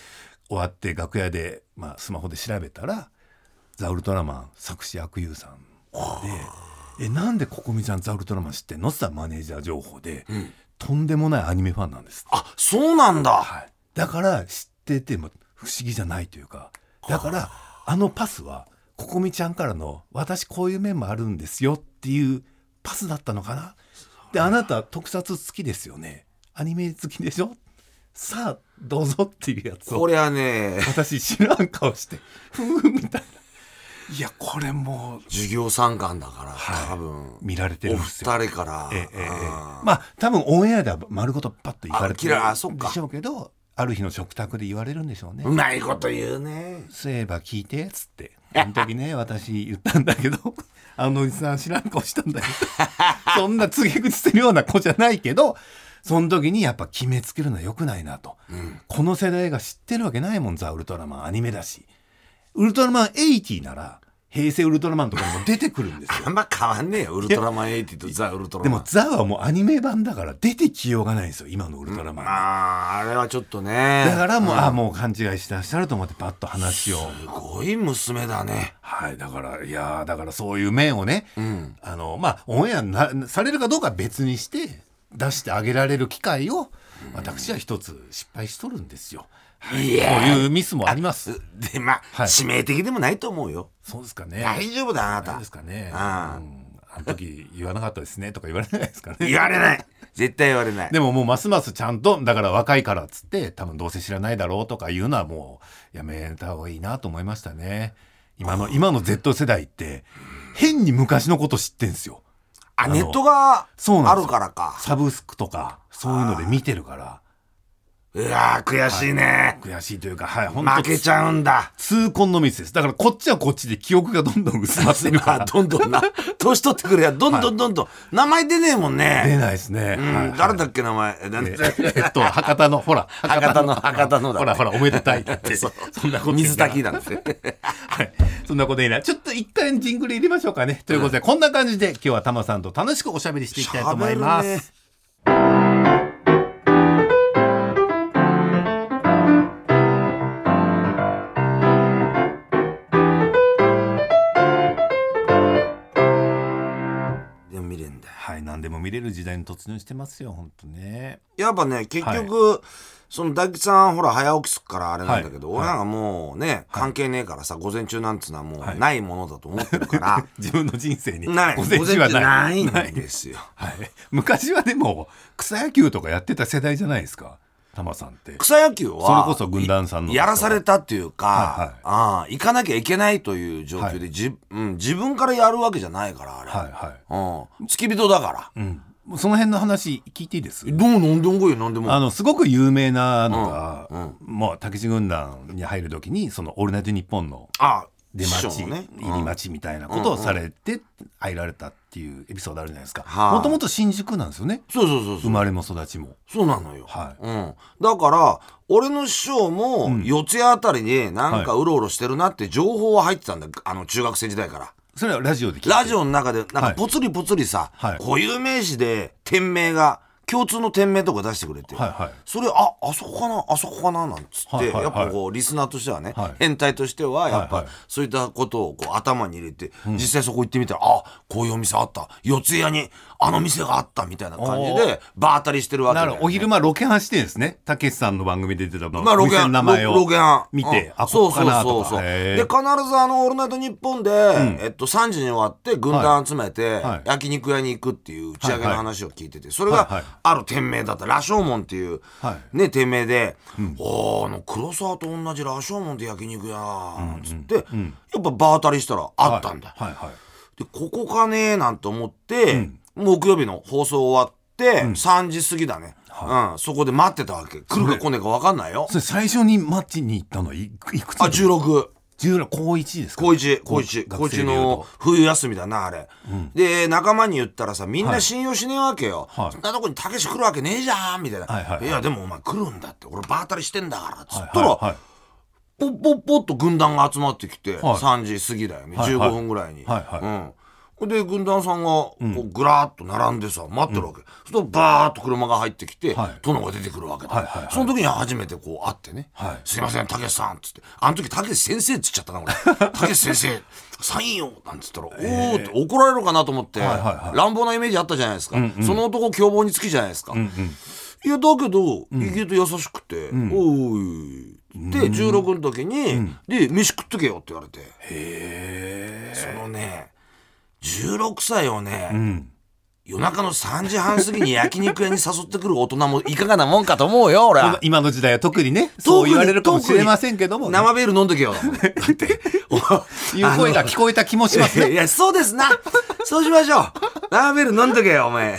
Speaker 1: 終わって楽屋で、まあスマホで調べたら、ザ・ウルトラマン作詞悪友さんで「えなんでここみちゃんザ・ウルトラマン知ってんの?」って言ったらマネージャー情報で、とんでもないアニメファンなんです、
Speaker 2: あ、そうなんだ。
Speaker 1: はい、だから知ってても不思議じゃないというかだからあのパスはここみちゃんからの「私こういう面もあるんですよ」っていうパスだったのかなであなた特撮好きですよねアニメ好きでしょさあどうぞっていうやつを
Speaker 2: これはね、
Speaker 1: 私知らん顔してふーんみたいないやこれもう
Speaker 2: 授業参観だから、多分、
Speaker 1: 見られてる
Speaker 2: お
Speaker 1: んですよ。
Speaker 2: 二人から、
Speaker 1: ええええええ
Speaker 2: うん
Speaker 1: まあ多分オンエアでは丸ごとパッと言われてる
Speaker 2: あきらあそっか
Speaker 1: でしょうけどある日の食卓で言われるんでしょうね。
Speaker 2: うまいこと言うね。
Speaker 1: そういえば聞いてっつって「あの時
Speaker 2: [LAUGHS]
Speaker 1: ね私言ったんだけどあのおじさん知らん顔したんだけどそんな告げ口するような子じゃないけどその時にやっぱ決めつけるのは良くないなと、この世代が知ってるわけないもんザ・ウルトラマンアニメだしウルトラマン80なら平成ウルトラマンとかにも出てくるんですよ
Speaker 2: あんま変わんねえよ。ウルトラマン80とザ・ウルトラ
Speaker 1: で
Speaker 2: マン。
Speaker 1: もザはもうアニメ版だから出てきようがないんですよ今のウルトラマン、
Speaker 2: ああ、あれはちょっとね。
Speaker 1: だからもう、あもう勘違いしてらっしゃると思ってパッと話を
Speaker 2: すごい娘だね。
Speaker 1: はいだからいやーだからそういう面をね、
Speaker 2: ん
Speaker 1: あのまあオンエアなされるかどうかは別にして出してあげられる機会を私は一つ失敗しとるんですよ、
Speaker 2: い
Speaker 1: こう
Speaker 2: や
Speaker 1: いうミスもあります
Speaker 2: で、まあ、
Speaker 1: はい
Speaker 2: 致命的でもないと思うよ。
Speaker 1: そうですかね
Speaker 2: 大丈夫だ、あな
Speaker 1: そ
Speaker 2: た。
Speaker 1: うですかね
Speaker 2: ああ
Speaker 1: うんあの時言わなかったですねとか言われないですかね
Speaker 2: 言われない。絶対言われない。
Speaker 1: でももうますますちゃんとだから若いからっつって多分どうせ知らないだろうとかいうのはもうやめた方がいいなと思いましたね今の今の Z 世代って変に昔のこと知ってんすよ
Speaker 2: あ、
Speaker 1: の
Speaker 2: ネットが
Speaker 1: そうな
Speaker 2: あ
Speaker 1: んですよ
Speaker 2: るからか。
Speaker 1: サブスクとかそういうので見てるから
Speaker 2: うわー悔しいね。
Speaker 1: 悔しいというかはい本
Speaker 2: 負
Speaker 1: 当
Speaker 2: けちゃうんだ。
Speaker 1: 痛恨のミスですだからこっちはこっちで記憶がどんどん薄まってるか
Speaker 2: [LAUGHS] まあ、
Speaker 1: ら
Speaker 2: どんどんな、年取ってくれや、どんどんどんどん、名前出ねえもん
Speaker 1: 出
Speaker 2: ね。
Speaker 1: ないですね、
Speaker 2: う
Speaker 1: はい
Speaker 2: ん、誰だっけ、名前。えなん
Speaker 1: え
Speaker 2: て
Speaker 1: えっと博多のほら
Speaker 2: 博多の、博多のだ。
Speaker 1: ほらほらおめでたいって
Speaker 2: [LAUGHS]
Speaker 1: そ
Speaker 2: そ
Speaker 1: うそんなこと言い
Speaker 2: 水
Speaker 1: ながら
Speaker 2: 炊きなんですね。
Speaker 1: はい。そんなこといいな。ちょっと一回ジングル入れましょうかね。ということで、こんな感じで今日はタマさんと楽しくおしゃべりしていきたいと思います。
Speaker 2: 喋るねでも見れんだよ
Speaker 1: はい。何でも見れる時代に突入してますよ、本当ね。
Speaker 2: やっぱね結局、その大吉さんほら早起きすっからあれなんだけど、
Speaker 1: はい
Speaker 2: 俺なんかもうね、関係ねえからさ午前中なんつうのはも
Speaker 1: は
Speaker 2: う
Speaker 1: い
Speaker 2: ないものだと思ってるから、
Speaker 1: 自分の人生に。
Speaker 2: ない
Speaker 1: [LAUGHS] 午前中はな
Speaker 2: 午
Speaker 1: い。
Speaker 2: 前中ない
Speaker 1: な
Speaker 2: ん
Speaker 1: い
Speaker 2: ですよ
Speaker 1: はい。昔はでも、草野球とかやってた世代じゃないですか。タマさんって。
Speaker 2: 草野球は
Speaker 1: それこそ軍団さんの
Speaker 2: やらされたっていうか、
Speaker 1: はいはい
Speaker 2: ああ行かなきゃいけないという状況で、
Speaker 1: は
Speaker 2: じうん、自分からやるわけじゃないからあれ、
Speaker 1: はいは
Speaker 2: うん、付き人だから、
Speaker 1: い。うん。もうその辺の話聞いていいです
Speaker 2: どうなんでもこいよ、なんでも。
Speaker 1: あのすごく有名なのが、
Speaker 2: うんうん
Speaker 1: もう武志軍団に入る時に「そのオールナイトニッポン」の
Speaker 2: あ、
Speaker 1: 出
Speaker 2: 師
Speaker 1: 待ち、
Speaker 2: 匠のね。
Speaker 1: 入り待ちみたいなことをされて入られたっていうエピソードあるじゃないですか
Speaker 2: はい
Speaker 1: もともと新宿なんですよね
Speaker 2: そうそうそう
Speaker 1: 生
Speaker 2: そう。
Speaker 1: まれも育ちも
Speaker 2: そうなのよ。
Speaker 1: はい
Speaker 2: うん。だから、俺の師匠も
Speaker 1: ん、
Speaker 2: 四谷あたりで、なんか
Speaker 1: は
Speaker 2: うろうろしてるなって情報は入ってたんだよ。あの、中学生時代から。
Speaker 1: それはラジオで聞いて
Speaker 2: ラジオの中で、なん
Speaker 1: は
Speaker 2: か
Speaker 1: い
Speaker 2: ぽつりぽつりさ
Speaker 1: はい、
Speaker 2: 固有名詞で、店名が、共通の店名とか出してくれて。
Speaker 1: はいはい
Speaker 2: それああそこかなあそこかななんつって、
Speaker 1: はいはいはい
Speaker 2: やっぱこうリスナーとしてはね、
Speaker 1: はい
Speaker 2: 変態としてはやっ
Speaker 1: はい
Speaker 2: ぱ
Speaker 1: はい
Speaker 2: そういったことをこう頭に入れて、実際そこ行ってみたらあこういうお店あった四谷にあの店があったみたいな感じ
Speaker 1: お
Speaker 2: でバー当たりしてるわけ
Speaker 1: な
Speaker 2: だ
Speaker 1: る
Speaker 2: よ
Speaker 1: ほど
Speaker 2: ね
Speaker 1: お昼間ロケハンしてるんですねたけしさんの番組で出てたの
Speaker 2: まあ、ロ
Speaker 1: お
Speaker 2: ケ
Speaker 1: 店
Speaker 2: ハ
Speaker 1: の
Speaker 2: ン、
Speaker 1: 名前を
Speaker 2: ロロケハン。
Speaker 1: 見て、
Speaker 2: うん
Speaker 1: あここかなとか
Speaker 2: で、
Speaker 1: へ
Speaker 2: 必
Speaker 1: ー
Speaker 2: ずあの、オールナイトニッポンで、えっと、3時に終わって、軍団集めて、
Speaker 1: はい
Speaker 2: 焼肉屋に行くっていう打ち上
Speaker 1: は
Speaker 2: げ
Speaker 1: いは
Speaker 2: の
Speaker 1: い
Speaker 2: 話を聞いてて、それ
Speaker 1: はいはい
Speaker 2: が、ある店名だった、羅生門っていう
Speaker 1: は、
Speaker 2: ね、店名で、おーあの、黒沢と同じ羅生門って焼肉屋、なんつって、やっぱ場当たりしたら、あったんだ。
Speaker 1: はいはいはい
Speaker 2: でここかねーなんて思って、木曜日の放送終わって、3時過ぎだね、うん、そこで待ってたわけ来るか来ねえか分かんないよ
Speaker 1: それ最初にマッチに行ったのいくいくつ
Speaker 2: あ16
Speaker 1: 16高1ですか
Speaker 2: 高一高一高
Speaker 1: 学
Speaker 2: 一
Speaker 1: 生でいう
Speaker 2: の
Speaker 1: と
Speaker 2: 冬休みだなあれ、で仲間に言ったらさみんな信用しねえわけよ、
Speaker 1: はい
Speaker 2: そんなとこにたけし来るわけねえじゃんみたいな、
Speaker 1: はいはいはい
Speaker 2: やでもお前来るんだって俺場当たりしてんだからっつったら、
Speaker 1: はいはい
Speaker 2: ポッポッポッと軍団が集まってき
Speaker 1: は
Speaker 2: て、
Speaker 1: い
Speaker 2: 3時過ぎだよね、
Speaker 1: はいはい
Speaker 2: 15分ぐらいに、
Speaker 1: はいはい
Speaker 2: うん、で軍団さんがこうぐらーっと並んでさ待ってるわけ、そしたらバーッと車が入ってきて、
Speaker 1: はい
Speaker 2: 殿が出てくるわけだ、
Speaker 1: はいはいはい
Speaker 2: その時に初めてこう会ってね「
Speaker 1: はい
Speaker 2: すいませんたけしさん」っつってあの時たけし先生っつっちゃったな
Speaker 1: [LAUGHS]
Speaker 2: 俺たけし先生サインよなんつったら「おお」って怒られるかなと思って、
Speaker 1: はいはいはい
Speaker 2: 乱暴なイメージあったじゃないですか、その男凶暴につきじゃないですか、いやだけど意外と優しくて「おい」で16の時に、で「飯食っとけよ」って言われてそのね16歳をね、夜中の3時半過ぎに焼肉屋に誘ってくる大人もいかがなもんかと思うよ俺は。
Speaker 1: 今の時代は特にねそう言われるかもしれませんけども、
Speaker 2: 生ビール飲んど
Speaker 1: [LAUGHS]
Speaker 2: けよ。だって。
Speaker 1: いう声が聞こえた気もします
Speaker 2: い
Speaker 1: ね
Speaker 2: や、そうですな。そうしましょう。生ビール飲んどけよ、お前。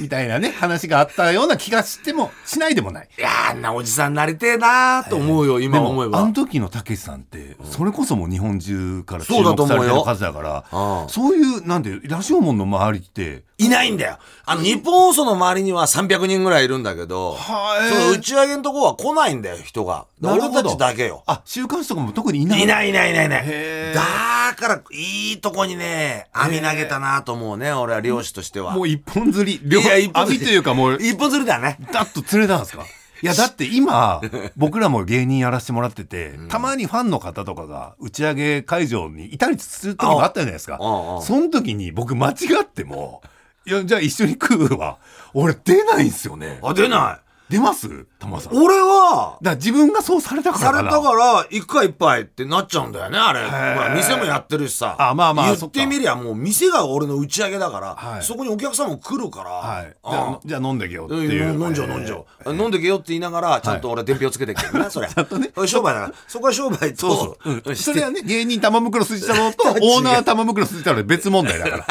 Speaker 1: みたいなね話があったような気がしてもしないでもない
Speaker 2: いやーあんなおじさんになりてえなーと思うよ、
Speaker 1: で
Speaker 2: 今思
Speaker 1: も
Speaker 2: え
Speaker 1: あ
Speaker 2: ば
Speaker 1: の。時のたけしさんってそれこそもう日本中から注
Speaker 2: そうだと
Speaker 1: 目
Speaker 2: 思
Speaker 1: さ
Speaker 2: うよ
Speaker 1: れてる数だから
Speaker 2: うん
Speaker 1: そういうなんでラジオ門の周りって
Speaker 2: いないんだよ。あの、日本放送の周りには300人ぐらいいるんだけど、
Speaker 1: はい
Speaker 2: その打ち上げのとこは来ないんだよ、人が。で俺たちだけよ。
Speaker 1: あ週刊誌とかも特にいない
Speaker 2: いないいないいないいない
Speaker 1: へー
Speaker 2: だから、いいとこにね、網投げたなと思うね、俺は漁師としては。
Speaker 1: もう一本釣り
Speaker 2: いや一本釣
Speaker 1: 網
Speaker 2: り
Speaker 1: というかもう
Speaker 2: 一本釣りだね。
Speaker 1: だっと釣れたんですかいやだって今
Speaker 2: [LAUGHS]
Speaker 1: 僕らも芸人やらせてもらってて、たまにファンの方とかが打ち上げ会場にいたりする時もあったじゃないですか
Speaker 2: うんうん
Speaker 1: その時に僕間違っても「いやじゃあ一緒に食うわ」俺出ないんすよね
Speaker 2: あ、出ない。
Speaker 1: 出ます玉さんだか
Speaker 2: 俺は、
Speaker 1: ら自分がそうされたから
Speaker 2: され
Speaker 1: かな
Speaker 2: たから、一回いっぱいってなっちゃうんだよね、あれ。
Speaker 1: ー
Speaker 2: ほら店もやってるしさ。
Speaker 1: あまあまあ
Speaker 2: 言ってみりゃ、もう店が俺の打ち上げだから、
Speaker 1: はい
Speaker 2: そこにお客さんも来るから、
Speaker 1: はい、じゃ
Speaker 2: あ
Speaker 1: あじゃあ飲んでけよって
Speaker 2: うん
Speaker 1: いう
Speaker 2: 飲んじゃう飲んじゃう、飲んでけよって言いながら、ちゃんと俺は伝票つけてっけどね、
Speaker 1: [LAUGHS]
Speaker 2: そりゃ。ちゃんとね。商売だから。そこは商売と、
Speaker 1: そうそう、
Speaker 2: うん
Speaker 1: それはね芸人玉袋筋太郎と
Speaker 2: [LAUGHS]
Speaker 1: オーナー玉袋筋太郎で別問題だから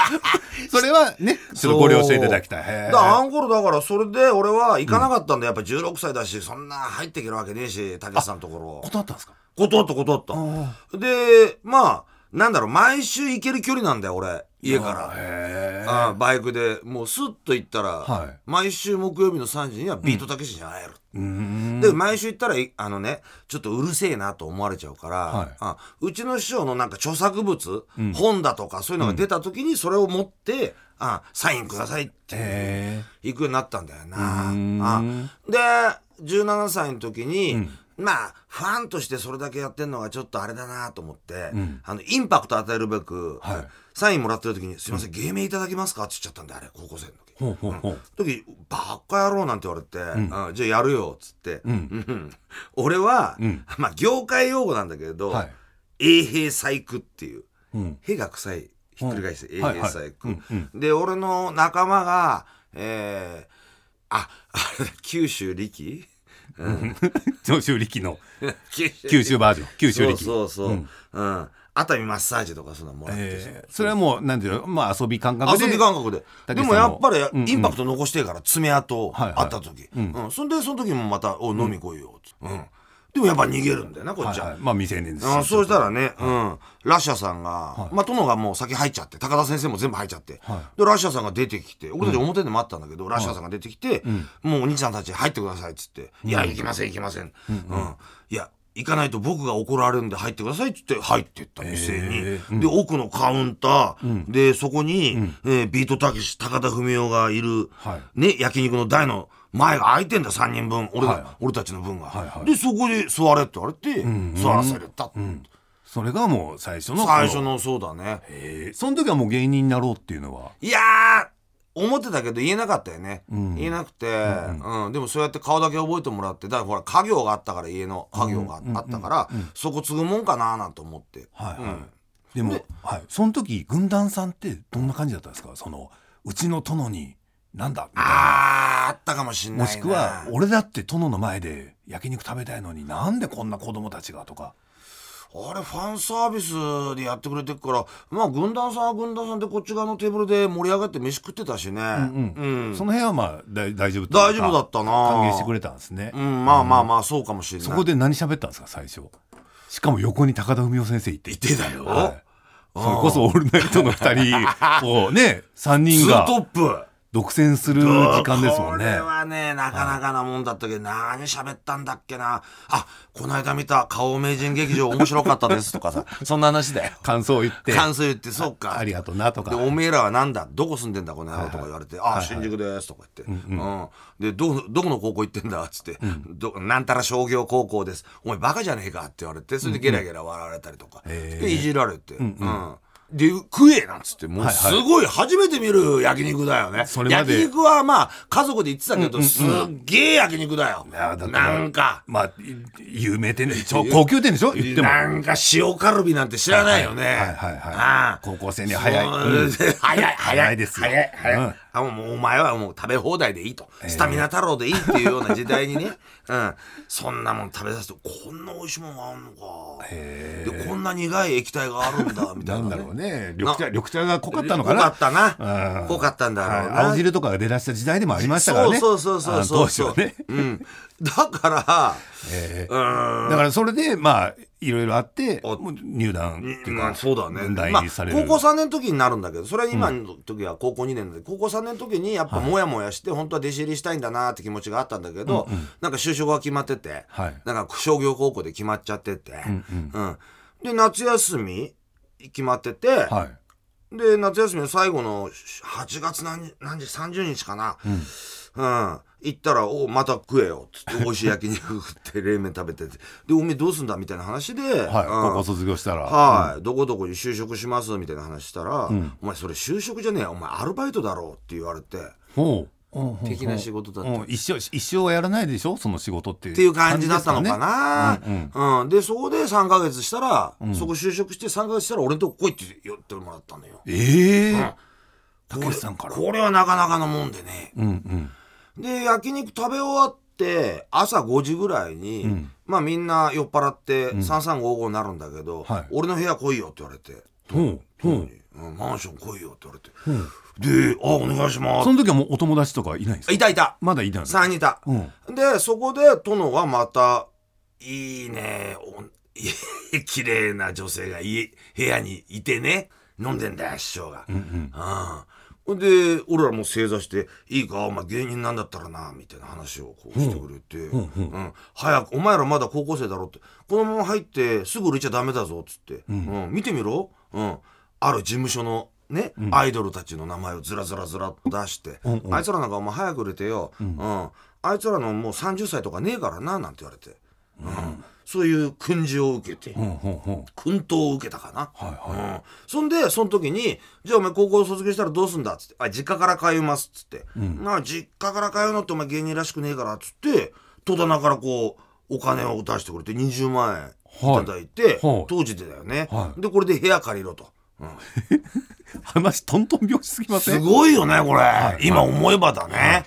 Speaker 1: それはねちょっとご了承いただきたいへー
Speaker 2: だからあん頃だからそれで俺は行かなかったんだよ、やっぱ16歳だしそんな入っていけるわけねえしたけしさんのところ
Speaker 1: 断ったんですか
Speaker 2: 断った断ったでまあなんだろう毎週行ける距離なんだよ俺家から
Speaker 1: へ
Speaker 2: ああバイクでもうスッと行ったら、
Speaker 1: はい
Speaker 2: 毎週木曜日の3時にはビートたけしに会える、
Speaker 1: えうん
Speaker 2: で毎週行ったらいあのねちょっとうるせえなと思われちゃうから、
Speaker 1: はい
Speaker 2: あうちの師匠のなんか著作物、本だとかそういうのが出た時にそれを持って、あサインくださいって
Speaker 1: へ
Speaker 2: 行くようになったんだよな
Speaker 1: ーん
Speaker 2: あで17歳の時に、まあファンとしてそれだけやってんのがちょっとあれだなと思って、あのインパクト与えるべく、
Speaker 1: はい
Speaker 2: サインもらってる時に「すいません芸名いただけますか?」って言っちゃったんだよあれ高校生の時。
Speaker 1: ほうほうほう
Speaker 2: 時「バカ野郎」なんて言われて「あじゃあやるよ」っつって、うん [LAUGHS] 俺は、
Speaker 1: ん
Speaker 2: まあ業界用語なんだけれど「
Speaker 1: はい
Speaker 2: 永平細工」っていう
Speaker 1: うん [LAUGHS]
Speaker 2: 「へ」が臭いひっくり返して
Speaker 1: うん
Speaker 2: 「永
Speaker 1: はい
Speaker 2: 平細工」
Speaker 1: はいうん
Speaker 2: で俺の仲間がえー、ああれだ九州力
Speaker 1: 長州力の九
Speaker 2: [LAUGHS] 九
Speaker 1: 州バージョン九州力
Speaker 2: そうそうそう、うん熱海マッサージとかそんなのもらってさ、
Speaker 1: えーそれはもうなんていうのまあ遊び感覚で
Speaker 2: 遊び感覚で
Speaker 1: たけ
Speaker 2: で
Speaker 1: しさん
Speaker 2: も
Speaker 1: も
Speaker 2: やっぱりインパクト残してるから爪痕
Speaker 1: はいはい
Speaker 2: あった時、うん、そんでその時もまた「お飲み来いよ」つって、うん、でもやっぱ逃げるんだよなこっ
Speaker 1: はい
Speaker 2: ちは、
Speaker 1: はいまあ未成年です
Speaker 2: あそうした
Speaker 1: ら
Speaker 2: らね、うん、ラッシャーさんが、まあ、殿がもう先入っちゃって高田先生も全部入っちゃって、
Speaker 1: は
Speaker 2: でラッシャーさんが出てきて俺たち表で待ったんだけど、ラッシャーさんが出てきて、もうお兄さんたち入ってくださいっつって「いや行きません行きません」うんいや行かないと僕が怒られるんで入ってくださいっつって入ってった店に、
Speaker 1: え
Speaker 2: で奥のカウンター、でそこに、えービートたけし高田文雄がいる、
Speaker 1: はい
Speaker 2: ね、焼肉の台の前が空いてんだ3人分俺,、
Speaker 1: はい
Speaker 2: 俺たちの分が、
Speaker 1: はいはい
Speaker 2: でそこで座れって言われて、座らされた、
Speaker 1: それがもう最初の
Speaker 2: 最初
Speaker 1: こ
Speaker 2: のそうだね
Speaker 1: えーその時はもう芸人になろうっていうのはい
Speaker 2: やー思ってたけど言えなかったよね、言えなくて、うんでもそうやって顔だけ覚えてもらってだからほら家業があったから家の家業があったから、そこ継ぐもんかなーなんて思って、
Speaker 1: はい
Speaker 2: うん
Speaker 1: はいでもはいその時軍団さんってどんな感じだったんですかそのうちの殿になんだみたいな
Speaker 2: あーあったかもしんないな
Speaker 1: もしくは俺だって殿の前で焼肉食べたいのになんでこんな子供たちがとか
Speaker 2: あれファンサービスでやってくれてるからまあ軍団さんは軍団さんでこっち側のテーブルで盛り上がって飯食ってたしねうん、
Speaker 1: その辺はまあだい大丈夫とい
Speaker 2: 大
Speaker 1: う
Speaker 2: 丈
Speaker 1: か
Speaker 2: 夫だったな
Speaker 1: 歓迎してくれたんですね、
Speaker 2: うんまあまあまあそうかもしれない
Speaker 1: そこで何喋ったんですか最初しかも横に高田文雄先生いて
Speaker 2: いてだよ
Speaker 1: はいそれこそ「オールナイト」の2人
Speaker 2: [LAUGHS]
Speaker 1: をね3
Speaker 2: ツ
Speaker 1: 人
Speaker 2: ー
Speaker 1: が
Speaker 2: トップ
Speaker 1: 独占する時間ですもん
Speaker 2: これ
Speaker 1: ね
Speaker 2: はねなかなかなもんだったけど、何喋ったんだっけなあこの間見た「顔名人劇場面白かったです」とかさそんな話だよ
Speaker 1: 感想を言って
Speaker 2: [LAUGHS] 感想言ってそうか
Speaker 1: ありがとうなとか
Speaker 2: で、おめえらはなんだどこ住んでんだこの野郎とか言われて、ああ、新宿ですとか言って、うんで、ど、どこの高校行ってんだっつって、ど、なんたら商業高校です。お前バカじゃねえかって言われて、それでゲラゲラ笑われたりとか、で、いじられて、うん、で、食えなんつって、もうすごい初めて見る焼肉だよね。
Speaker 1: それまで
Speaker 2: 焼肉はまあ、家族で行ってたけど、すっげえ焼肉だよ。
Speaker 1: いやだって
Speaker 2: なんか、
Speaker 1: まあい有名店でしょ高級店でしょ [LAUGHS] 言っても
Speaker 2: なんか塩カルビなんて知らないよね。
Speaker 1: はいはいはい
Speaker 2: ああ
Speaker 1: 高校生には早い
Speaker 2: そう
Speaker 1: うん
Speaker 2: 早い早い
Speaker 1: 早いですよ
Speaker 2: 早い早い、
Speaker 1: うん
Speaker 2: あもうお前はもう食べ放題でいいと、スタミナ太郎でいいっていうような時代にね、うん、そんなもん食べさせてこんな美味しいもんがあんのかでこんな苦い液体があるんだみた
Speaker 1: ないん
Speaker 2: な、ね、
Speaker 1: だろうね緑茶
Speaker 2: な
Speaker 1: 緑茶が濃かったの
Speaker 2: 濃
Speaker 1: かな
Speaker 2: かった
Speaker 1: う
Speaker 2: なん濃かったんだろうな、
Speaker 1: はい青汁とかが出だした時代でもありましたからね
Speaker 2: そうそうそうそうそう
Speaker 1: あの当時はね
Speaker 2: うん、だから、
Speaker 1: え
Speaker 2: うーん
Speaker 1: だからそれでまあいろいろあって
Speaker 2: お
Speaker 1: もう入団っていう
Speaker 2: まあ
Speaker 1: か
Speaker 2: そうだね、
Speaker 1: 分断
Speaker 2: まあ、
Speaker 1: 入りされ
Speaker 2: 高
Speaker 1: る
Speaker 2: 校3年の時になるんだけどそれは今の時は高校2年なんで高校3年の時にやっぱモヤモヤして本当は弟子入りしたいんだなって気持ちがあったんだけど、なんか就職が決まってて、
Speaker 1: はい
Speaker 2: なんか商業高校で決まっちゃってて、うんで夏休み決まってて、
Speaker 1: はい
Speaker 2: で夏休みの最後の8月何日何時30日かな、うん行ったら「おまた食えよ」っつって美味しい焼肉食って冷麺食べててで「おめえどうすんだ?」みたいな話で、
Speaker 1: はい
Speaker 2: うん
Speaker 1: 高校卒業したら
Speaker 2: はい、どこどこに就職しますみたいな話したら、お前それ就職じゃねえよお前アルバイトだろうって言われて
Speaker 1: ほうほうほうほう
Speaker 2: 的な仕事だった
Speaker 1: うん一生一生はやらないでしょその仕事っていう
Speaker 2: っていう感じだったのか
Speaker 1: 感
Speaker 2: な
Speaker 1: じです
Speaker 2: うんでそこで3か月したら、そこ就職して3か月したら俺のとこ来いって言ってもらったのよ
Speaker 1: ええたけしさんから
Speaker 2: これはなかなかのもんでね
Speaker 1: うんうん
Speaker 2: で焼肉食べ終わって朝5時ぐらいに、まあみんな酔っ払って3355になるんだけど、
Speaker 1: はい
Speaker 2: 俺の部屋来いよって言われて、
Speaker 1: ほうほう
Speaker 2: うんマンション来いよって言われて、で「あお願いします」
Speaker 1: その時はもうお友達とかいないんですか
Speaker 2: いたいた
Speaker 1: まだいたんですか
Speaker 2: 3人いた、
Speaker 1: うん
Speaker 2: でそこで殿がまた「いいねお [LAUGHS] いい綺麗な女性がい部屋にいてね飲んでんだよ師匠が」うんほんで俺らもう正座して「いいかお前芸人なんだったらな」みたいな話をこうしてくれて「うん早くお前らまだ高校生だろ」って「このまま入ってすぐ売れちゃダメだぞ」っつって、うん見てみろ、うん、ある事務所のね、アイドルたちの名前をずらずらずらと出して、あいつらなんかお前早く売れてよ、うんあいつらのもう30歳とかねえからななんて言われて、うんそういう訓示を受けて、
Speaker 1: うんほうほ
Speaker 2: 訓導を受けたかな、
Speaker 1: うはいはい
Speaker 2: うん、そんでその時に「じゃあお前高校卒業したらどうすんだ」っつって「あ実家から通います」っつって「なあ実家から通うのってお前芸人らしくねえから」っつって戸棚からこうお金を出してくれて20万円いただいて、
Speaker 1: はい
Speaker 2: 当時でだよね、
Speaker 1: はい
Speaker 2: でこれで部屋借りろと。
Speaker 1: 話トントン拍子すぎませ
Speaker 2: す
Speaker 1: ん
Speaker 2: ごいよねこれ、今思えばだね、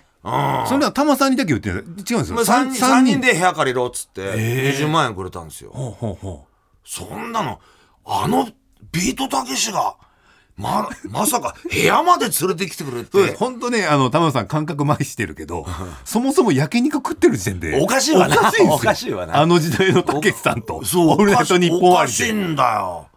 Speaker 1: それはタマさんにだけ言ってる違うんです
Speaker 2: まあ
Speaker 1: よ三
Speaker 2: 三人
Speaker 1: 三
Speaker 2: 三人で部屋借りろっつって20万円くれたんですよ、
Speaker 1: ほうほうほ
Speaker 2: そんなのあのビートたけしがままさか部屋まで連れてきてく
Speaker 1: [LAUGHS]
Speaker 2: れ
Speaker 1: うそうです
Speaker 2: て
Speaker 1: 本当ねあのタマさん感覚麻痺してるけどそもそも焼肉食ってる時点で
Speaker 2: おかしいわな
Speaker 1: おかしいんですよ
Speaker 2: おかしいわな
Speaker 1: あの時代のたけしさんと
Speaker 2: そう
Speaker 1: オールナイト日
Speaker 2: お
Speaker 1: 本あ
Speaker 2: か
Speaker 1: り
Speaker 2: しい
Speaker 1: で
Speaker 2: んだよ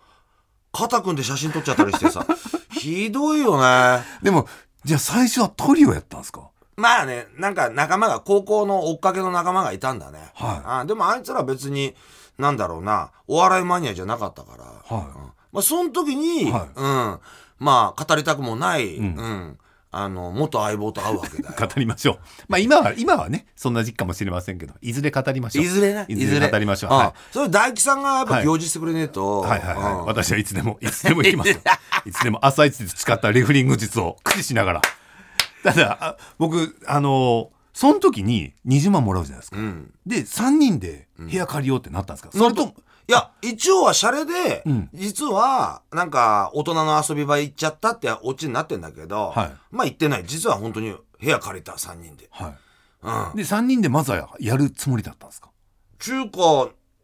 Speaker 2: 肩組んで写真撮っちゃったりしてさ
Speaker 1: [LAUGHS]
Speaker 2: ひどいよね
Speaker 1: でもじゃあ最初はトリオやったんですか
Speaker 2: まあね、なんか仲間が、高校の追っかけの仲間がいたんだね。
Speaker 1: は
Speaker 2: あでもあいつら別に、なんだろうな、お笑いマニアじゃなかったから。
Speaker 1: はい
Speaker 2: うんまあ、その時に、
Speaker 1: はい
Speaker 2: うん、まあ、語りたくもない、うんん、あの、元相棒と会うわ
Speaker 1: [LAUGHS]
Speaker 2: けだよ。
Speaker 1: 語りましょうまあ今は今はねそんな時期かもしれませんけどいずれ語りましょう
Speaker 2: いずれね、
Speaker 1: いずれ語りましょう
Speaker 2: うん
Speaker 1: はい
Speaker 2: それ大吉さんがやっ
Speaker 1: は
Speaker 2: ぱ
Speaker 1: い
Speaker 2: 行事してくれねえと。
Speaker 1: はいはいはい、
Speaker 2: うん
Speaker 1: 私はいつでもいつでも行きます [LAUGHS] よいつでも朝一で使ったレフリング術を駆使しながらただあ僕あのーその時に20万もらうじゃないですか、
Speaker 2: うん
Speaker 1: で3人で部屋借りようってなったんですか、それとも
Speaker 2: いや、一応はシャレで、
Speaker 1: うん
Speaker 2: 実は、なんか、大人の遊び場行っちゃったってオチになってんだけど、
Speaker 1: はい
Speaker 2: まあ行ってない。実は本当に部屋借りた、3人で。
Speaker 1: は
Speaker 2: うん。
Speaker 1: いで3人でまずはやるつもりだったんですか
Speaker 2: 中華、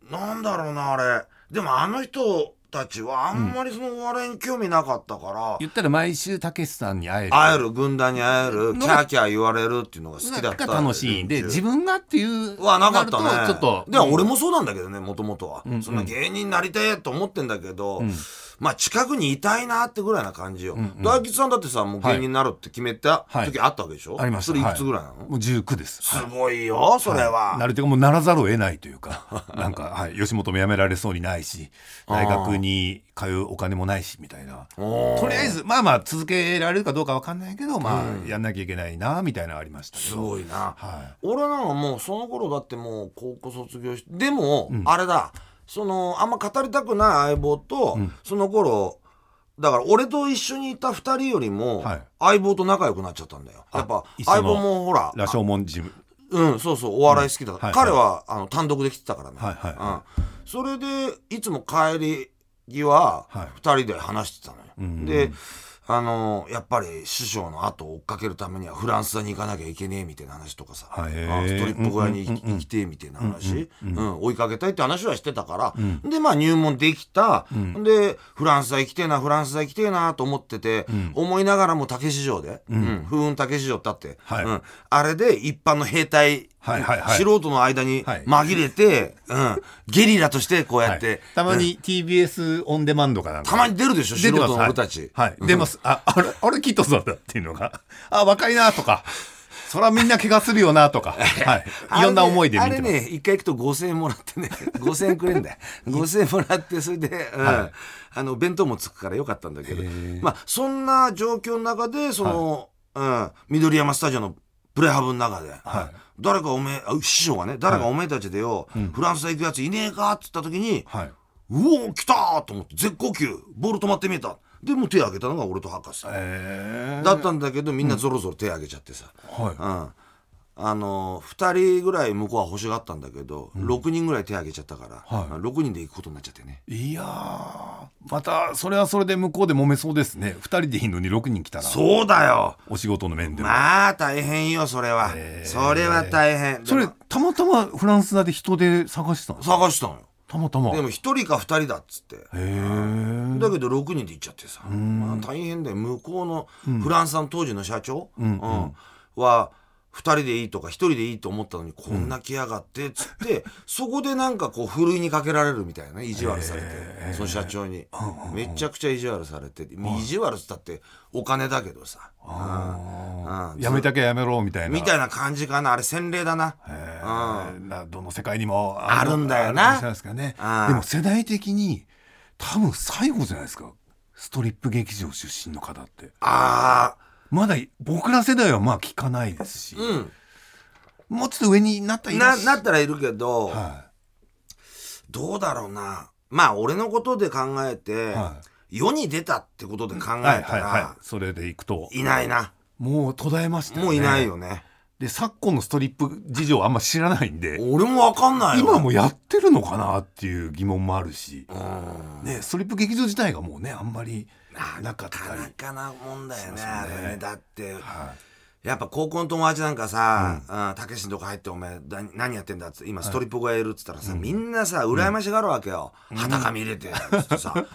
Speaker 2: なんだろうな、あれ。でもあの人たちはあんまりそのお笑いに興味なかったから、
Speaker 1: 言ったら毎週たけしさんに会える
Speaker 2: 会える、軍団に会える、
Speaker 1: の
Speaker 2: キャーキャー言われるっていうのが好きだった。
Speaker 1: が楽しいんで自分がっていう
Speaker 2: はなかったね
Speaker 1: るとちょっと
Speaker 2: でも俺もそうなんだけどねもともとは、
Speaker 1: んうん
Speaker 2: そんな芸人になりたいと思ってんだけど、
Speaker 1: ん
Speaker 2: まあ近くにいたいなってぐらいな感じよ、
Speaker 1: んうん
Speaker 2: 大吉さんだってさもう芸人になるって決めた
Speaker 1: はい
Speaker 2: 時あったわけでしょ、
Speaker 1: ありました
Speaker 2: それいくつぐらいなの、
Speaker 1: もう19です
Speaker 2: すごいよそれは、
Speaker 1: なるというかもうならざるを得ないというか [LAUGHS] なんか、はい、吉本も辞められそうにないし大学に通うお金もないしみたいな
Speaker 2: おー
Speaker 1: とりあえずまあまあ続けられるかどうかわかんないけどまあやんなきゃいけないなみたいなのありましたけ
Speaker 2: す
Speaker 1: ど、
Speaker 2: ごいな
Speaker 1: は
Speaker 2: 俺なんかもうその頃だってもう高校卒業してでも、
Speaker 1: ん
Speaker 2: あれだそのあんま語りたくない相棒と、その頃だから俺と一緒にいた2人よりも
Speaker 1: はい
Speaker 2: 相棒と仲良くなっちゃったんだよ、
Speaker 1: あ
Speaker 2: やっぱ
Speaker 1: 一緒の
Speaker 2: 相棒もほら
Speaker 1: い、羅生門事務
Speaker 2: うんそうそうお笑い好きだ、
Speaker 1: んはい
Speaker 2: 彼はあの単独で来てたからね、
Speaker 1: はいはいは
Speaker 2: うん、それでいつも帰り際
Speaker 1: はい
Speaker 2: 2人で話してたのよ、
Speaker 1: ん
Speaker 2: であのやっぱり師匠の後を追っかけるためにはフランスに行かなきゃいけねえみたいな話とかさ、
Speaker 1: はいへ
Speaker 2: あ
Speaker 1: ー
Speaker 2: ストリップ小屋に行き,、行きてえみたいな話、うん追いかけたいって話はしてたから、でまあ入門できた、でフランスは行きてえなフランスは行きてえなと思ってて、思いながらも竹市場で、うん風雲竹市場ってあって、
Speaker 1: はい
Speaker 2: うん、あれで一般の兵隊、
Speaker 1: はいはいはい
Speaker 2: 素人の間に紛れて、うん、ゲリラとしてこうや
Speaker 1: は
Speaker 2: っ
Speaker 1: い
Speaker 2: て、
Speaker 1: たまに TBS オンデマンドかなんか
Speaker 2: たまに出るでしょ素人の俺たち。
Speaker 1: はい、はい出ますああれあれキットさんだっていうのがあ若いなとかそらみんな怪我するよなと
Speaker 2: [LAUGHS]
Speaker 1: か、はい、いろんな思いで見て
Speaker 2: あれ
Speaker 1: ます
Speaker 2: ね、あれね一回行くと5000円もらってね、5000円く [LAUGHS] れんだ
Speaker 1: [LAUGHS]
Speaker 2: よ。5000円もらって、それで、うん
Speaker 1: は
Speaker 2: あの、弁当もつくからよかったんだけど、まあ、そんな状況の中で、その、うん、緑山スタジオのプレハブの中で、誰かおめえ、あ師匠がね、誰かおめえたちでよ、フランスへ行くやついねえかって言った時に、
Speaker 1: はいう
Speaker 2: お、来たーと思って、絶好球、ボール止まって見えた。で、もう手挙げたのが俺と博士。
Speaker 1: え
Speaker 2: だったんだけど、みんなぞろぞろ手挙げちゃってさ。
Speaker 1: ーはい、
Speaker 2: うん、あの2人ぐらい向こうは欲しがったんだけど、6人ぐらい手挙げちゃったから、
Speaker 1: はい
Speaker 2: 6人で行くことになっちゃってね
Speaker 1: いやーまたそれはそれで向こうで揉めそうですね2人でいいのに6人来たら
Speaker 2: そうだよ
Speaker 1: お仕事の面でも、
Speaker 2: まあ大変よそれは、それは大変
Speaker 1: それ
Speaker 2: でも
Speaker 1: たまたまフランス座で人で探してたんですか
Speaker 2: 探したのよ
Speaker 1: たまたま
Speaker 2: で
Speaker 1: へ
Speaker 2: も1人か2人だっつって
Speaker 1: え
Speaker 2: だけど6人で行っちゃってさ、まあ、大変だよ向こうのフランスの当時の社長、
Speaker 1: ん
Speaker 2: うんは2人でいいとか1人でいいと思ったのにこんな来やがってっつって、
Speaker 1: [LAUGHS]
Speaker 2: そこでなんかこうふるいにかけられるみたいなね意地悪されて、その社長に、めちゃくちゃ意地悪されて、意地悪っつったってお金だけどさ、うんうん
Speaker 1: やめたきゃやめろみたいな
Speaker 2: みたいな感じかなあれ洗礼だな、
Speaker 1: え
Speaker 2: うん
Speaker 1: ーなどの世界にも
Speaker 2: あるんだよな
Speaker 1: あるんじゃないですかね
Speaker 2: うん
Speaker 1: でも世代的に多分最後じゃないですかストリップ劇場出身の方って
Speaker 2: あ
Speaker 1: まだ僕ら世代はまあ聞かないですし、
Speaker 2: ーうん
Speaker 1: もうちょっと上になったらいい
Speaker 2: な
Speaker 1: です
Speaker 2: なったらいるけど、
Speaker 1: は
Speaker 2: どうだろうなまあ俺のことで考えて、
Speaker 1: は
Speaker 2: 世に出たってことで考えた
Speaker 1: い、
Speaker 2: ら、
Speaker 1: はい
Speaker 2: い
Speaker 1: はいはいそれでいくと
Speaker 2: ないな
Speaker 1: もう途絶えましたよね
Speaker 2: もういないよね
Speaker 1: で昨今のストリップ事情あんま知らないんで
Speaker 2: 俺もわかんないよ
Speaker 1: 今もやってるのかなっていう疑問もあるし
Speaker 2: う、ん
Speaker 1: ね、ストリップ劇場自体がもうねあんまりなかっ
Speaker 2: な
Speaker 1: た
Speaker 2: かな
Speaker 1: り、
Speaker 2: かなもんだよ
Speaker 1: そう
Speaker 2: ね
Speaker 1: そうね
Speaker 2: あれねだって、
Speaker 1: は
Speaker 2: やっぱ高校の友達なんかさ、あたけしのとこ入ってお前だ何やってんだっつって今ストリップ小屋いるっつったらさ、みんなさ羨ましがるわけよ、裸見れてつってさ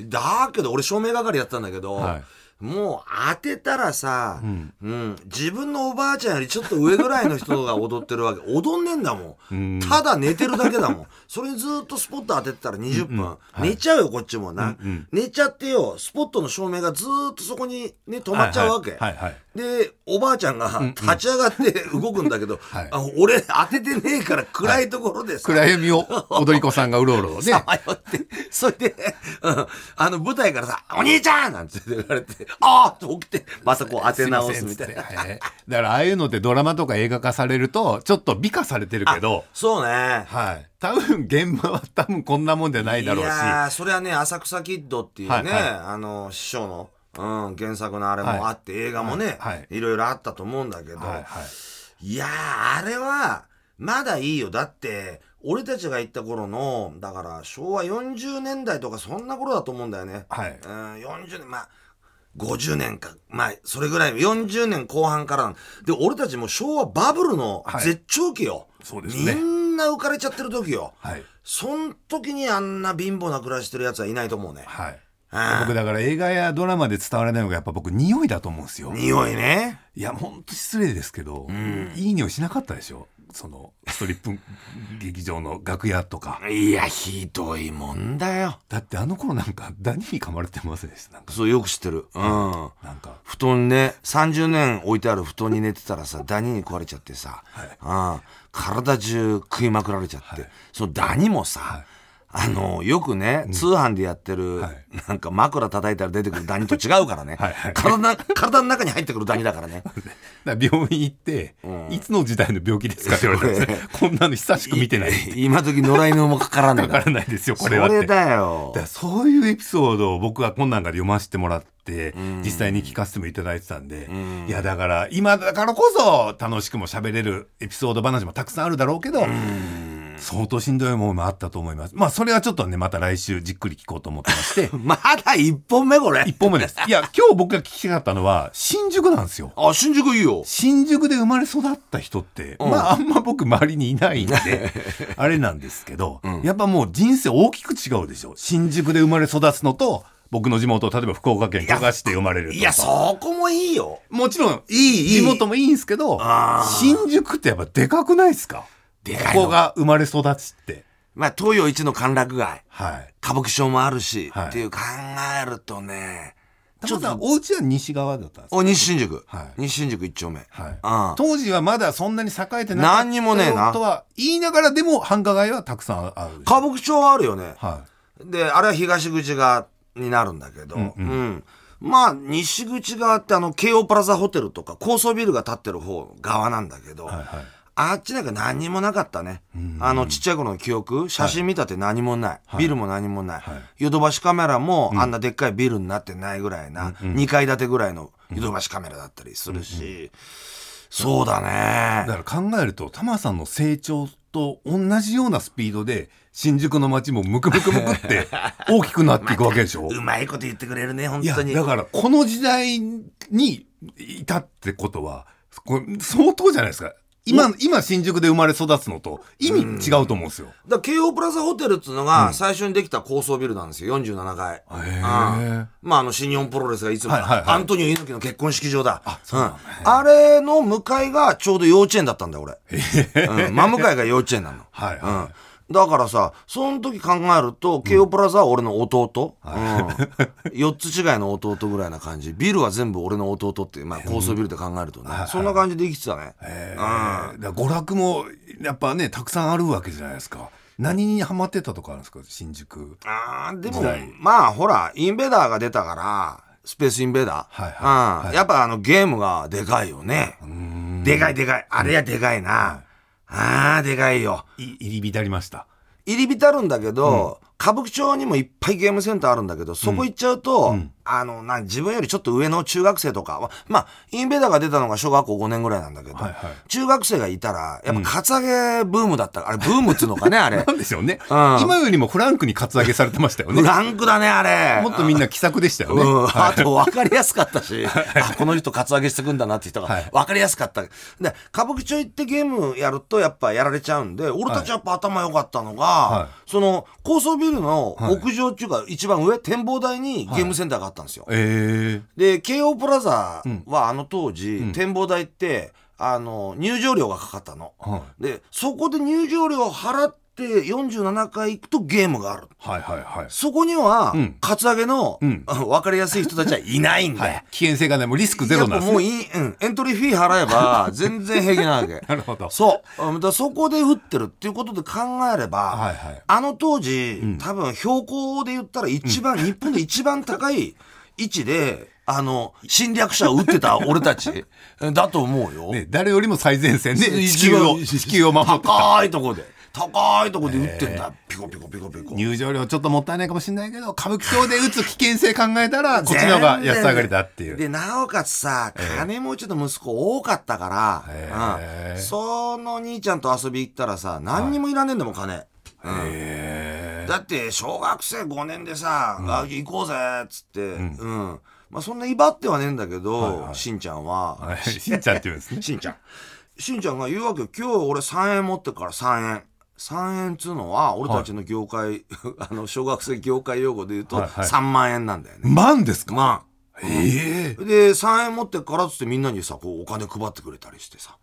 Speaker 2: だけど俺照明係やってたんだけど、
Speaker 1: はい
Speaker 2: もう当てたらさ、うん自分のおばあちゃんよりちょっと上ぐらいの人が踊ってるわけ [LAUGHS] 踊んねえんだもん、ただ寝てるだけだもんそれにずっとスポット当ててたら20分、寝ちゃうよこっちもな、寝ちゃってよスポットの照明がずーっとそこにね止まっちゃうわけ、
Speaker 1: はいはいはいはい
Speaker 2: でおばあちゃんが立ち上がって動くんだけど、
Speaker 1: い
Speaker 2: あ俺当ててねえから暗いところでさ、
Speaker 1: 暗闇
Speaker 2: [LAUGHS]
Speaker 1: を踊り子さんがうろうろね。
Speaker 2: さまよって、それで、うんあの舞台からさ、お兄ちゃんなんて言われて、ああって起きて、またこう当て直すみたいな。
Speaker 1: すませんっつってはいだからああいうのってドラマとか映画化されるとちょっと美化されてるけど、
Speaker 2: そうね。
Speaker 1: はい。多分現場は多分こんなもんじゃないだろうし。
Speaker 2: やーそれはね、浅草キッドっていうね、
Speaker 1: はいはい
Speaker 2: あの、師匠の、うん、原作のあれもあって、映画もね、
Speaker 1: はいい
Speaker 2: ろいろあったと思うんだけど、
Speaker 1: はい
Speaker 2: い
Speaker 1: はい。
Speaker 2: やーあれは、まだいいよ。だって、俺たちが行った頃の、だから昭和40年代とかそんな頃だと思うんだよね。
Speaker 1: はい
Speaker 2: うん、40年、まあ、50年か。まあ、それぐらい、40年後半からなんで、俺たちもう昭和バブルの
Speaker 1: はい
Speaker 2: 絶頂期よ。
Speaker 1: そうですね
Speaker 2: みんな浮かれちゃってる時よ。
Speaker 1: はい。
Speaker 2: そん時にあんな貧乏な暮らしてる奴はいないと思うね。
Speaker 1: はい。
Speaker 2: あ
Speaker 1: 僕だから映画やドラマで伝わらないのがやっぱ僕匂いだと思うんですよ。
Speaker 2: 匂いね。
Speaker 1: いや、ほんと失礼ですけど、いい匂いしなかったでしょそのストリップ劇場の楽屋とか。
Speaker 2: いや、ひどいもんだよ。
Speaker 1: だってあの頃なんかダニに噛まれてませんでしたなんか、
Speaker 2: そう、よく知ってる。うん。
Speaker 1: なんか。
Speaker 2: 布団ね30年置いてある布団に寝てたらさダニに食われちゃってさ、ああ体中食いまくられちゃって、そのダニもさ、あのよくね、通販でやってる、
Speaker 1: はい
Speaker 2: なんか枕叩いたら出てくるダニと違うからね
Speaker 1: はいはい
Speaker 2: 体な体の中に入ってくるダニだからね
Speaker 1: だから病院行って、いつの時代の病気ですかって言われたんです [LAUGHS] ね。こんなの久しく見てない。
Speaker 2: 今時野良犬もかからねえ
Speaker 1: わからないですよ、こ
Speaker 2: そ
Speaker 1: れはって。
Speaker 2: れだよ
Speaker 1: だからそういうエピソードを僕はこんなんかで読ませてもらって、実際に聞かせてもいただいてたんで、いやだから今だからこそ楽しくも喋れるエピソード話もたくさんあるだろうけど、相当しんどい思いもあったと思います。まあそれはちょっとね、また来週じっくり聞こうと思ってま [LAUGHS] して、
Speaker 2: まだ1本目これ
Speaker 1: 一本目です。いや、今日僕が聞きたかったのは新宿なんですよ。
Speaker 2: あ新宿いいよ
Speaker 1: 新宿で生まれ育った人って、まああんま僕周りにいないんで、
Speaker 2: [LAUGHS]
Speaker 1: あれなんですけど、やっぱもう人生大きく違うでしょ。新宿で生まれ育つのと、僕の地元、例えば福岡県加賀市で生まれるとか。
Speaker 2: いやそこもいいよ
Speaker 1: もちろん、
Speaker 2: いいいい
Speaker 1: 地元もいいんですけど、新宿ってやっぱでかくないですか
Speaker 2: でかい
Speaker 1: こ
Speaker 2: の
Speaker 1: こが生まれ育ちって。
Speaker 2: まあ東洋一の歓楽街
Speaker 1: はい。
Speaker 2: 歌舞伎町もあるし、
Speaker 1: はい
Speaker 2: っていう考えるとね、
Speaker 1: ちょっとお家は西側だったんですか
Speaker 2: お、西新宿。
Speaker 1: はい
Speaker 2: 西新宿一丁目。
Speaker 1: はい、当時はまだそんなに栄えてなかった
Speaker 2: 何にもねえな
Speaker 1: とは言いながらでも繁華街はたくさんあるでしょ
Speaker 2: 歌舞伎町はあるよね。
Speaker 1: はい
Speaker 2: で、あれは東口側になるんだけど、うん、まあ、西口側ってあの、京王プラザホテルとか、高層ビルが建ってる方側なんだけど、
Speaker 1: いはい
Speaker 2: あっちなんか何にもなかったね。あの、ちっちゃい頃の記憶、写真見たって何もない。ビルも何もない。ヨドバシカメラもあんなでっかいビルになってないぐらいな、2階建てぐらいのヨドバシカメラだったりするし、そうだね。
Speaker 1: だから考えると、タマさんの成長と同じようなスピードで、新宿の街もムクムクムクって
Speaker 2: [LAUGHS]
Speaker 1: 大きくなっていくわけでしょ
Speaker 2: うまいこと言ってくれるね、本
Speaker 1: いや、
Speaker 2: 当に。
Speaker 1: だからこの時代にいたってことは、これ相当じゃないですか。今、今新宿で生まれ育つのと意味違うと思うんですよ。
Speaker 2: だから京王プラザホテルっていうのが最初にできた高層ビルなんですよ、47階。
Speaker 1: へ
Speaker 2: うんまあ、あの、新日本プロレスがいつも、
Speaker 1: はいはいはい
Speaker 2: アントニオ猪木の結婚式場だ。あ、
Speaker 1: そうなんだ
Speaker 2: あれの向かいがちょうど幼稚園だったんだよ、俺。うん、真向かいが幼稚園なの。
Speaker 1: はいはい
Speaker 2: うん。だからさ、その時考えると、京王プラザは俺の弟。うん。4つ違いの弟ぐらいな感じ。ビルは全部俺の弟って、まあ、高層ビルで考えるとね。そんな感じで生きてたね。
Speaker 1: えーだから娯楽もやっぱね、たくさんあるわけじゃないですか。何にハマってたとかあるんですか、新宿。
Speaker 2: あーでも
Speaker 1: 時代
Speaker 2: まあほらインベーダーが出たからスペースインベーダー、
Speaker 1: はいはい
Speaker 2: うん
Speaker 1: はい
Speaker 2: やっぱあのゲームがでかいよねでかいでかいあれやでかいな、あーでかいよ
Speaker 1: い入り浸りました。
Speaker 2: 入り浸るんだけど、歌舞伎町にもいっぱいゲームセンターあるんだけど、そこ行っちゃうと、あの、な、自分よりちょっと上の中学生とかは、まあ、インベーダーが出たのが小学校5年ぐらいなんだけど、
Speaker 1: はいはい
Speaker 2: 中学生がいたら、やっぱカツアゲブームだった。あれ、ブームっつうのかね、あ
Speaker 1: [LAUGHS]
Speaker 2: れ。
Speaker 1: なんですよね。今よりもフランクにカツアゲされてましたよ
Speaker 2: フ
Speaker 1: ね。
Speaker 2: ランクだね、あれ。
Speaker 1: もっとみんな気さくでしたよね。
Speaker 2: うん、あと分かりやすかった
Speaker 1: [LAUGHS]
Speaker 2: し、あこの人カツアゲしてくんだなって人
Speaker 1: は
Speaker 2: が
Speaker 1: い
Speaker 2: 分かりやすかった。で、歌舞伎町行ってゲームやるとやっぱやられちゃうんで、俺たちやっぱ頭良かったのが、
Speaker 1: はい
Speaker 2: その高層ビルの屋上っていうか一番上、展望台にゲームセンターがあったんですよ。
Speaker 1: え
Speaker 2: で、京王プラザはあの当時、展望台って、あの、入場料がかかったの。
Speaker 1: ー。はい
Speaker 2: で、そこで入場料を払って47回行くとゲームがある。
Speaker 1: はいはいはい。
Speaker 2: そこには
Speaker 1: うん、
Speaker 2: カツアゲの、
Speaker 1: ん
Speaker 2: あ分かりやすい人たちはいない
Speaker 1: [LAUGHS]
Speaker 2: ん
Speaker 1: は
Speaker 2: で
Speaker 1: い。。危険性がない、もうリスクゼロなん
Speaker 2: やっ
Speaker 1: で
Speaker 2: ぱ
Speaker 1: す
Speaker 2: も
Speaker 1: ね。
Speaker 2: ういい、うん、エントリーフィー払えば、全然平気なわ
Speaker 1: [LAUGHS]
Speaker 2: け。
Speaker 1: なるほど。
Speaker 2: そう。うんだからそこで打ってるっていうことで考えれば、
Speaker 1: はいはい
Speaker 2: あの当時、多分標高で言ったら一番、日本で一番
Speaker 1: [LAUGHS]
Speaker 2: 高い位置で、あの、侵略者を打ってた俺
Speaker 1: [LAUGHS]
Speaker 2: たちだと思うよ。
Speaker 1: ね、誰よりも最前線で地球を、地球を守ってた。
Speaker 2: 高いとこで、高いとこで打ってんだ。ピコピコピコピコ。
Speaker 1: 入場料ちょっともったいないかもしれないけど、歌舞伎町で打つ危険性考えたら、こっちの方が安上がりだっていう。
Speaker 2: で、なおかつさ、金持ちの息子多かったか
Speaker 1: へ
Speaker 2: ら、
Speaker 1: ー
Speaker 2: うんその兄ちゃんと遊び行ったらさ、何にもいらねえんだもん、金。
Speaker 1: へ
Speaker 2: だって、小学生5年でさ、あ行こうぜっつって、うん。まあ、そんな威張ってはねえんだけど、しんちゃん
Speaker 1: ーは
Speaker 2: は、
Speaker 1: いしんちゃんって言うんですね。
Speaker 2: しんちゃん。しんちゃんが言うわけよ。今日俺3円持ってっから3円。3円っつうのは、俺たちの業界、 [LAUGHS] あの、小学生業界用語で言うと、
Speaker 1: はいはい
Speaker 2: 3万円なんだよね。
Speaker 1: 万ですか
Speaker 2: まあ。
Speaker 1: ええ
Speaker 2: で、3円持ってっからっつってみんなにさ、こうお金配ってくれたりしてさ。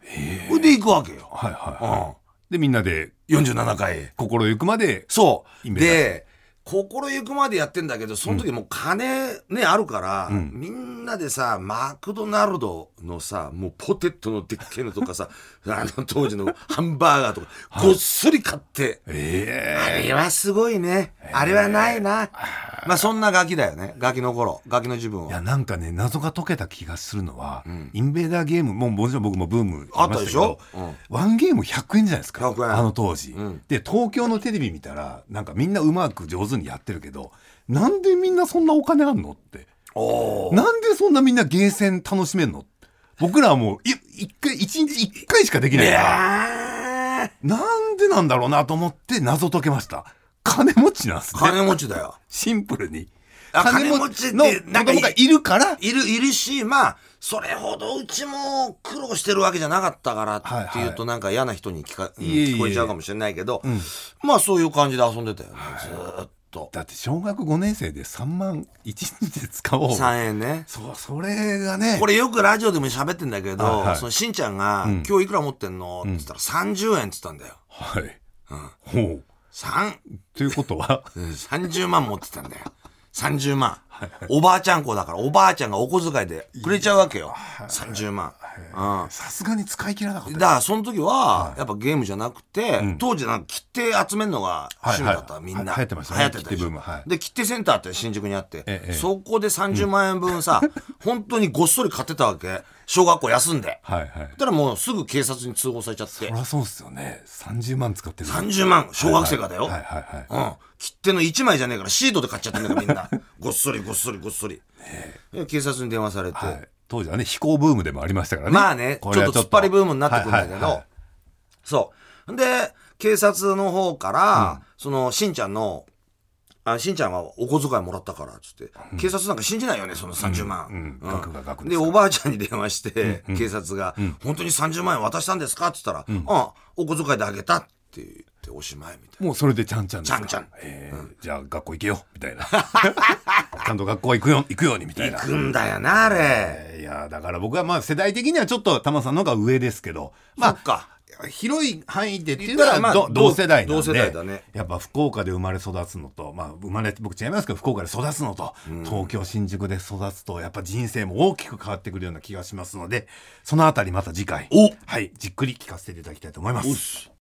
Speaker 2: それで行くわけよ。
Speaker 1: はいはいはい。で、みんなで
Speaker 2: うん。47回。
Speaker 1: 心ゆくまで、
Speaker 2: そう。
Speaker 1: イメージあ
Speaker 2: で、心ゆくまでやってんだけど、その時もう金ね、あるから、みんなでさ、マクドナルドのさ、もうポテトのでっけえのとか [LAUGHS] さ、あの当時のハンバーガーとか、ごっそり買って、
Speaker 1: え
Speaker 2: あれはすごいね。あれはないな。まあそんなガキだよね。ガキの頃。ガキの自分
Speaker 1: い
Speaker 2: は
Speaker 1: や。なんかね謎が解けた気がするのは、インベーダーゲームももちろん僕もブーム
Speaker 2: あったでしょ
Speaker 1: 言いましたけどワンゲーム100円じゃないですか
Speaker 2: 100円
Speaker 1: あの当時、
Speaker 2: ん
Speaker 1: で東京のテレビ見たらなんかみんなうまく上手にやってるけどなんでみんなそんなお金あんのって
Speaker 2: おー
Speaker 1: なんでそんなみんなゲーセン楽しめんの僕らはもうい一回一日一回しかできないから
Speaker 2: えー
Speaker 1: なんでなんだろうなと思って謎解けました金持ちなんですね
Speaker 2: 金持ちだよ。
Speaker 1: シンプルに
Speaker 2: あ金持ちって
Speaker 1: の子
Speaker 2: なんかい
Speaker 1: 供がいるから
Speaker 2: いる、いるし、まあ、それほどうちも苦労してるわけじゃなかったからっていう
Speaker 1: はいは
Speaker 2: となんか嫌な人に聞か、うん
Speaker 1: いえいえ
Speaker 2: 聞こえちゃうかもしれないけど、まあそういう感じで遊んでたよね、ずーっと。
Speaker 1: だって小学5年生で3万1日で使おう
Speaker 2: 3円ね。
Speaker 1: そうそれがね
Speaker 2: これよくラジオでも喋ってんだけど、
Speaker 1: はいはい
Speaker 2: そのしんちゃんが、今日いくら持ってんのって言ったら30円って言ったんだよ。
Speaker 1: はい、ほう
Speaker 2: 三
Speaker 1: ということは
Speaker 2: うん30万持ってたんだよ。30万。おばあちゃん子だから、おばあちゃんがお小遣いでくれちゃうわけよ。30万。うん。
Speaker 1: さすがに使い切らなかった
Speaker 2: だからその時はやっぱゲームじゃなくて、当時なんか切手集めるのが趣味だった、
Speaker 1: はいはい
Speaker 2: みんな
Speaker 1: は流行ってましたね
Speaker 2: 流行ってたでしょ
Speaker 1: 切手ブームはい
Speaker 2: で切手センターって新宿にあって、
Speaker 1: ええ
Speaker 2: そこで30万円分さ、 [LAUGHS] 本当にごっそり買ってたわけ小学校休んで
Speaker 1: はいはい
Speaker 2: だからもうすぐ警察に通報されちゃって
Speaker 1: そりゃそうっすよね30万使ってる
Speaker 2: 30万小学生がだよ、
Speaker 1: はいはいはい、
Speaker 2: うん、切手の1枚じゃねえからシートで買っちゃったんだよみんな [LAUGHS] ごっそりごっそりごっそり、で警察に電話されて、
Speaker 1: はい当時はね飛行ブームでもありましたからね
Speaker 2: まあね、ちょ
Speaker 1: こ
Speaker 2: っ
Speaker 1: れは
Speaker 2: と突っ張りブームになってくるんだけ
Speaker 1: はいはい
Speaker 2: ど、そう。で、警察の方から、その、しんちゃんの、あしんちゃんはお小遣いもらったから、つって、警察なんか信じないよね、その30万。
Speaker 1: うんうん額が額で
Speaker 2: です
Speaker 1: から
Speaker 2: おばあちゃんに電話して、警察が、本当に30万円渡したんですかって言ったら、あお小遣いであげたって言っておしまいみたい
Speaker 1: もうそれでちゃんちゃんですか
Speaker 2: ちゃんちゃん
Speaker 1: えーじゃあ学校行けよみた
Speaker 2: [LAUGHS]
Speaker 1: いなちゃんと学校行くよ行くようにみたいな
Speaker 2: な。行くんだよな、あれ。
Speaker 1: えーいやだから僕はまあ世代的にはちょっと玉さんの方が上ですけどま
Speaker 2: そ
Speaker 1: あ
Speaker 2: っか。
Speaker 1: 広い範囲でっていうのは、
Speaker 2: 言ったらまあ
Speaker 1: ど同世代なんで
Speaker 2: 同世代だね
Speaker 1: やっぱ福岡で生まれ育つのと、まあ、生まれ僕違いますけど福岡で育つのと、東京新宿で育つとやっぱ人生も大きく変わってくるような気がしますのでそのあたりまた次回
Speaker 2: お
Speaker 1: はい、じっくり聞かせていただきたいと思います。